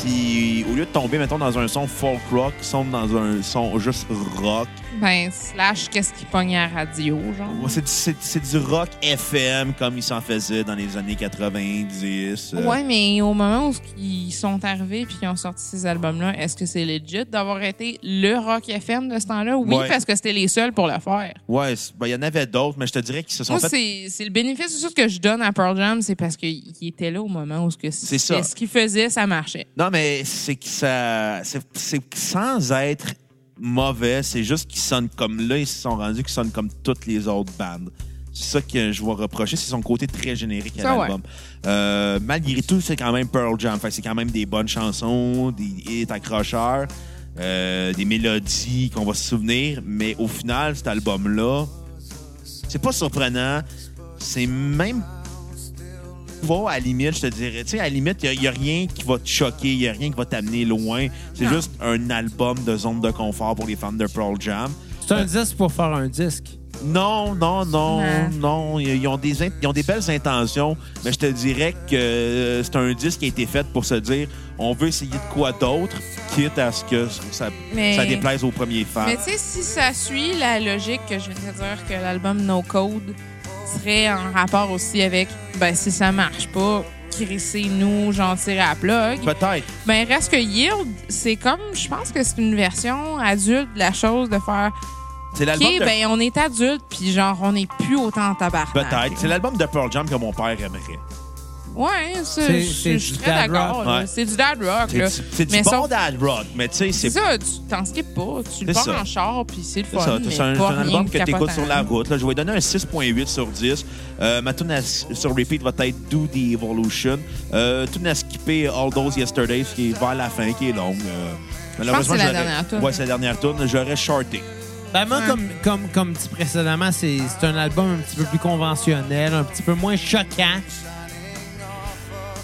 Puis au lieu de tomber, mettons, dans un son folk rock, ils sont dans un son juste rock. Ben, slash, qu'est-ce qui pogne à la radio, genre. Ouais, C'est du, c'est- c'est du rock FM comme ils s'en faisaient dans les années 90. euh, Ouais, mais au moment où ils sont arrivés puis qu'ils ont sorti ces albums-là, est-ce que c'est legit d'avoir été le rock FM de ce temps-là? Oui, Ouais. parce que c'était les seuls pour le faire. Ouais, c'est- ben, il y en avait d'autres, mais je te dirais qu'ils se sont Moi, fait. c'est c'est le bénéfice du tout que je donne à Pearl Jam, c'est parce qu'il était là au moment où ce que C'est ça. ce qu'il faisait, ça marchait. Non, mais c'est que ça. C'est c'est que sans être mauvais, c'est juste qu'ils sonnent comme là, ils se sont rendus qu'ils sonnent comme toutes les autres bandes. C'est ça que je vais reprocher, c'est son côté très générique à Ça, ouais. l'album. Euh, malgré tout, c'est quand même Pearl Jam. Fait que c'est quand même des bonnes chansons, des hits accrocheurs, euh, des mélodies qu'on va se souvenir. Mais au final, cet album-là, c'est pas surprenant. C'est même pas à la limite, je te dirais. Tu sais, à la limite, il n'y a, rien qui va te choquer, il n'y a rien qui va t'amener loin. C'est Non. juste un album de zone de confort pour les fans de Pearl Jam. C'est un disque pour faire un disque. Non, non, non, Ouais. non. Ils ils ont, des in- ils ont des belles intentions, mais je te dirais que euh, c'est un disque qui a été fait pour se dire on veut essayer de quoi d'autre, quitte à ce que ça, Mais- ça déplaise aux premiers fans. Mais tu sais, si ça suit la logique que je viens de dire que l'album No Code serait en rapport aussi avec, ben, si ça marche pas, crissez-nous, j'en tire à la plug. Peut-être. Ben, reste que Yield, c'est comme, je pense que c'est une version adulte de la chose de faire, C'est OK, l'album de- ben, on est adulte, puis genre, on est plus autant en tabarnak. Peut-être. C'est l'album de Pearl Jam que mon père aimerait. Ouais, ça, C'est- je c'est je suis du très dad d'accord. rock. là. Ouais. C'est du dad rock, C'est là. du- C'est du Mais bon sauf- dad rock, mais tu sais, C'est c'est ça, tu t'en skippes pas. Tu C'est le pars ça. en char, puis c'est le C'est fun. ça, mais c'est un, c'est pas un rien album de que t'écoutes capotant. sur la route. Là, je vais donner un 6.8 sur 10. Euh, ma tune à- sur repeat va être Do the Evolution. Euh, tune à skipper All Those Yesterdays, qui est vers la fin, qui est longue. Euh, malheureusement, c'est la j'aurais- dernière tune. Ouais, c'est la dernière tune. J'aurais shorté. Ben moi, Ouais. comme, comme, comme dit précédemment, c'est c'est un album un petit peu plus conventionnel, un petit peu moins choquant.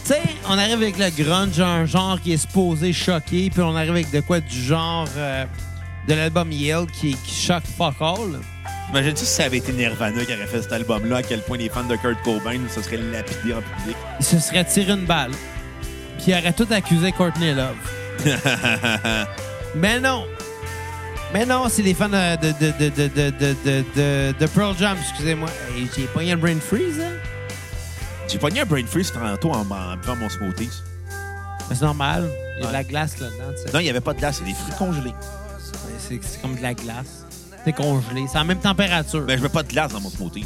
Tu sais, on arrive avec le grunge, un genre qui est supposé choquer, puis on arrive avec de quoi du genre euh, de l'album Yale qui, qui choque fuck all. Imagine-tu si ça avait été Nirvana qui aurait fait cet album-là, à quel point les fans de Kurt Cobain se seraient lapidés en public. Il se serait tiré une balle, puis il aurait tout accusé Courtney [LAUGHS] Love. Mais non! Mais non, c'est les fans euh, de, de, de, de, de, de, de, de- de Pearl Jam, excusez-moi. Hey, J'ai pogné le brain freeze, hein? J'ai pogné un brain freeze tantôt en, en buvant mon smoothie. Mais C'est normal. Il y a Ouais. de la glace là-dedans. tu sais. Non, il n'y avait pas de glace, c'est des fruits congelés. Mais C'est c'est comme de la glace. C'est congelé. C'est à la même température. Mais je mets pas de glace dans mon smoothie.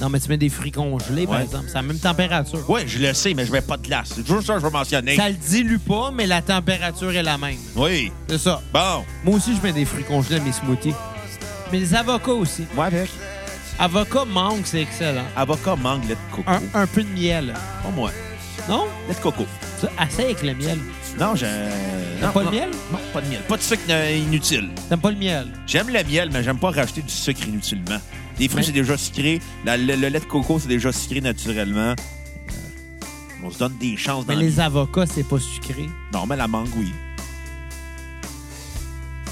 Non, mais tu mets des fruits congelés, par Ouais. exemple. C'est à la même température. Oui, je le sais, mais je mets pas de glace. C'est toujours ça que je veux mentionner. Ça le dilue pas, mais la température est la même. Oui. C'est ça. Bon. Moi aussi, je mets des fruits congelés à mes smoothies. Mais les avocats aussi. Moi avec. Avocat mangue, c'est excellent. Avocat, mangue, lait de coco. Un, un peu de miel. Pas moi. Non? Lait de coco. Ça, Assez avec le miel. Non, je. Non, pas de non. miel? Non, pas de miel. Pas de sucre euh, inutile. T'aimes pas le miel? J'aime le miel, mais j'aime pas rajouter du sucre inutilement. Les fruits, Mais- c'est déjà sucré. La- le, le lait de coco, c'est déjà sucré naturellement. Euh, On se donne des chances dans Mais la les vie. avocats, c'est pas sucré. Non, mais la mangue, oui.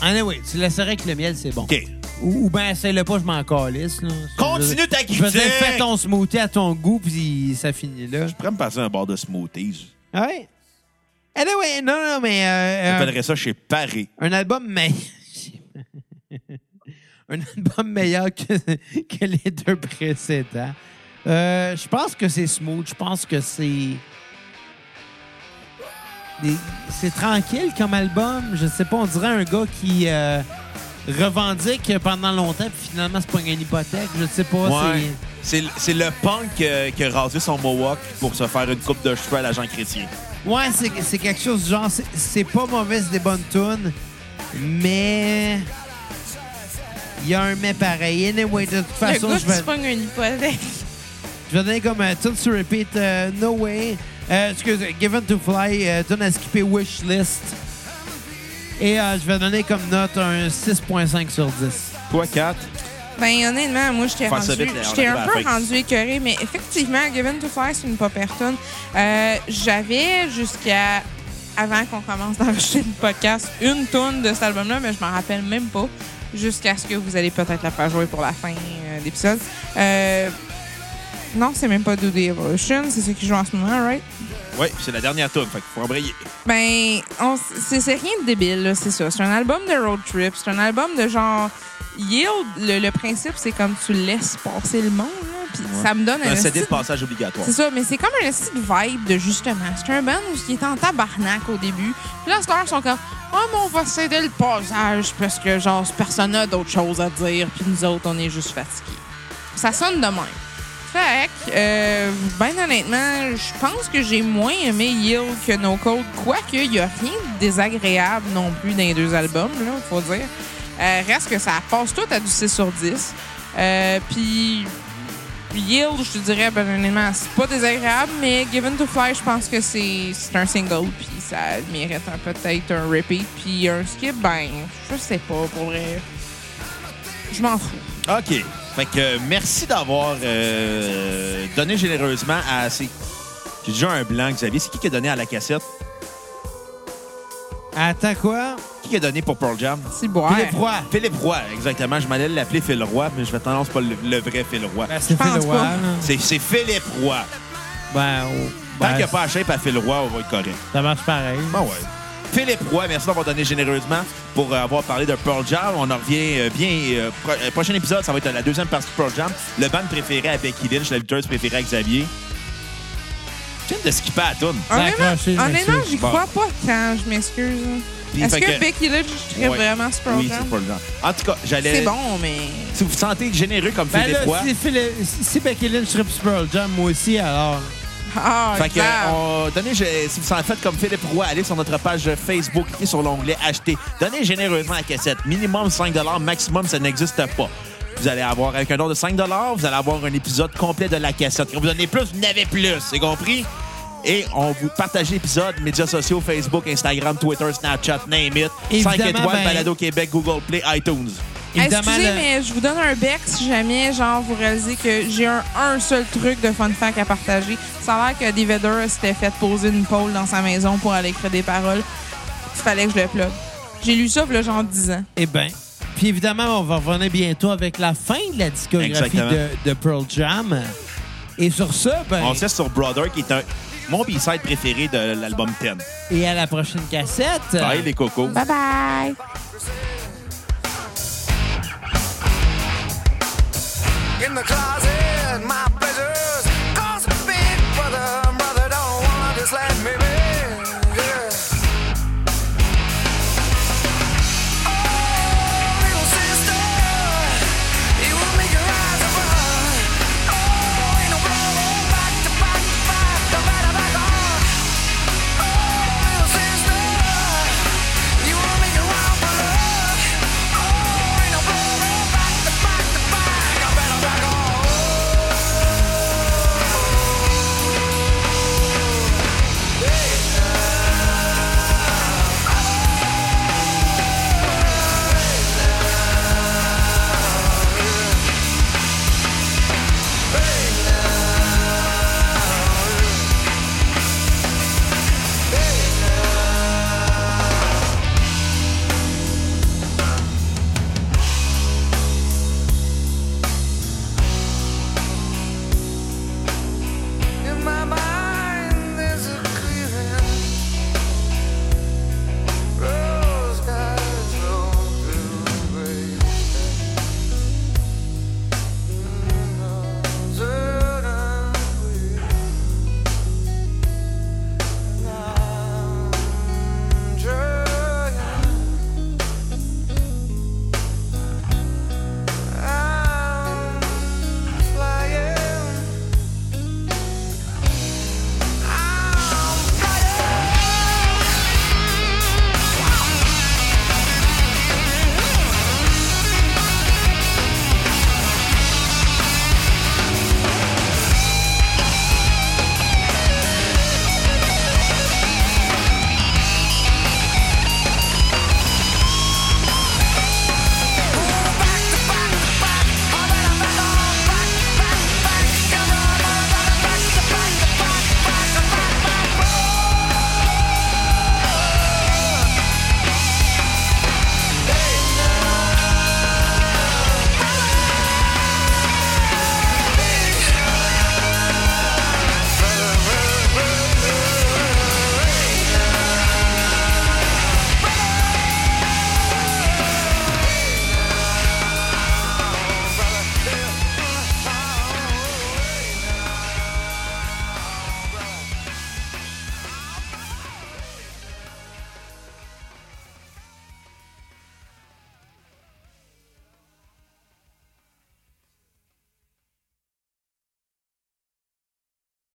Anyway, tu laisserais avec le miel, c'est bon. OK. Ou, ou bien, essaye-le pas, je m'en calisse. Là. Continue ta Je veux dire, critique. fais ton smoothie à ton goût, puis ça finit là. Je pourrais me passer un bar de smoothies. Ouais. Anyway, non, non, mais... euh, euh, J'appellerais ça chez Paris. un album meilleur... [LAUGHS] un album meilleur que, que les deux précédents. Euh, je pense que c'est smooth. Je pense que c'est... des- C'est tranquille comme album. Je sais pas, on dirait un gars qui... euh, revendique pendant longtemps, puis finalement, c'est pas une hypothèque. Je sais pas, Ouais. c'est... C'est le- c'est le punk euh, qui a rasé son mohawk pour se faire une coupe de cheveux à l'agent chrétien. Ouais, c'est, c'est quelque chose du genre, c'est, c'est pas mauvais, c'est des bonnes tunes, mais il y a un mais pareil. Anyway, de toute Le façon, gars je qui vais, se pogne une hypothèque. je vais donner comme un tune sur repeat, euh, No Way, euh, excuse, Given to Fly, euh, tune à skipper Wish List. Et euh, je vais donner comme note un 6.5 sur 10. Toi, 4. Ben, honnêtement, moi, j'étais Faire ça rendu, vite, là, on j'étais arrive un à la peu fin. rendu écœurée, mais effectivement, Given to Fly, c'est une pas personne. Euh, j'avais jusqu'à, avant qu'on commence d'enregistrer le podcast, une toune de cet album-là, mais je m'en rappelle même pas, jusqu'à ce que vous allez peut-être la faire jouer pour la fin euh, d'épisode. Euh, Non, c'est même pas Do the Evolution, c'est ce qui joue en ce moment, right? Ouais, c'est la dernière tune, fait qu'il faut embrayer. Ben, on- c'est c'est rien de débile, là, c'est ça. C'est un album de road trip. C'est un album de genre. Yield, le, le principe, c'est comme tu laisses passer le monde. là, Puis ça me donne Un CD esti de de- passage obligatoire. C'est ça, mais c'est comme un esti de vibe de justement. C'est un band qui est en tabarnak au début. Puis là, Star sont comme Oh, mais on va céder le passage parce que, genre, personne n'a d'autres choses à dire. Puis nous autres, on est juste fatigués. Ça sonne de même. Fait que, euh, ben honnêtement, je pense que j'ai moins aimé Yield que No Code, quoique il n'y a rien de désagréable non plus dans les deux albums, là, faut dire. Euh, reste que ça passe tout à du 6 sur 10. Euh, Puis Yield, je te dirais, ben honnêtement, c'est pas désagréable, mais Given to Fly, je pense que c'est c'est un single, puis ça mérite un- peut-être un repeat, puis un skip, ben, je sais pas, pour vrai. Je m'en fous. OK. Fait que euh, merci d'avoir euh, donné généreusement à... ces- J'ai déjà un blanc, Xavier. C'est qui qui a donné à la cassette? Attends quoi? Qui qui a donné pour Pearl Jam? C'est hein. boire. Philippe Roy. Philippe Roy, exactement. Je m'allais l'appeler Phil Roy, mais je vais tendance pas le, le vrai Phil Roy. Ben, c'est pense Phil Roy. pas. là. C'est c'est Philippe Roy. Ben, oh, Tant ben, qu'il n'y a pas la shape à Phil Roy, on va être correct. ça marche pareil. Ben ouais. Philippe Roy, merci d'avoir donné généreusement pour euh, avoir parlé de Pearl Jam. On en revient euh, bien. euh, pro- euh, prochain épisode, ça va être la deuxième partie de Pearl Jam. Le band préféré à Becky Lynch, la lutteuse préférée à Xavier. J'aime de skipper à la toune. Honnêtement, accroché, je honnêtement, m'excuse. j'y Bon. crois pas tant, je m'excuse. Puis, Est-ce fait que que- Becky Lynch serait Ouais. Ah, vraiment ce Oui, programme? c'est Pearl Jam. En tout cas, j'allais. C'est bon, mais. Si vous vous sentez généreux comme Ben Philippe Roy. là, si, Philippe- si- si Becky Lynch serait plus Pearl Jam, moi aussi, alors... Ah, Fait que, grave. euh, on- donnez, je- si vous en faites comme Philippe Roy, allez sur notre page Facebook, cliquez sur l'onglet Acheter. Donnez généreusement la cassette. Minimum 5 maximum, ça n'existe pas. Vous allez avoir, avec un don de 5 vous allez avoir un épisode complet de la cassette. Quand vous donnez plus, vous n'avez plus. C'est compris? Et on vous partage l'épisode, médias sociaux, Facebook, Instagram, Twitter, Snapchat, name it. 5 Évidemment, étoiles, ben- Balado Québec, Google Play, iTunes. Évidemment, Excusez, le- mais je vous donne un bec si jamais, genre, vous réalisez que j'ai un, un seul truc de fun fact à partager. Ça a l'air que Dave Vedder s'était fait poser une pole dans sa maison pour aller écrire des paroles. Il fallait que je le plug. J'ai lu ça, là, genre 10 ans. Eh bien. Puis évidemment, on va revenir bientôt avec la fin de la discographie Exactement. de, de Pearl Jam. Et sur ce, ben, On se laisse sur Brother, qui est un, mon b-side préféré de l'album 10. et à la prochaine cassette. Bye, les cocos. Bye bye! In the closet, my Oh, Oh, Oh, Oh,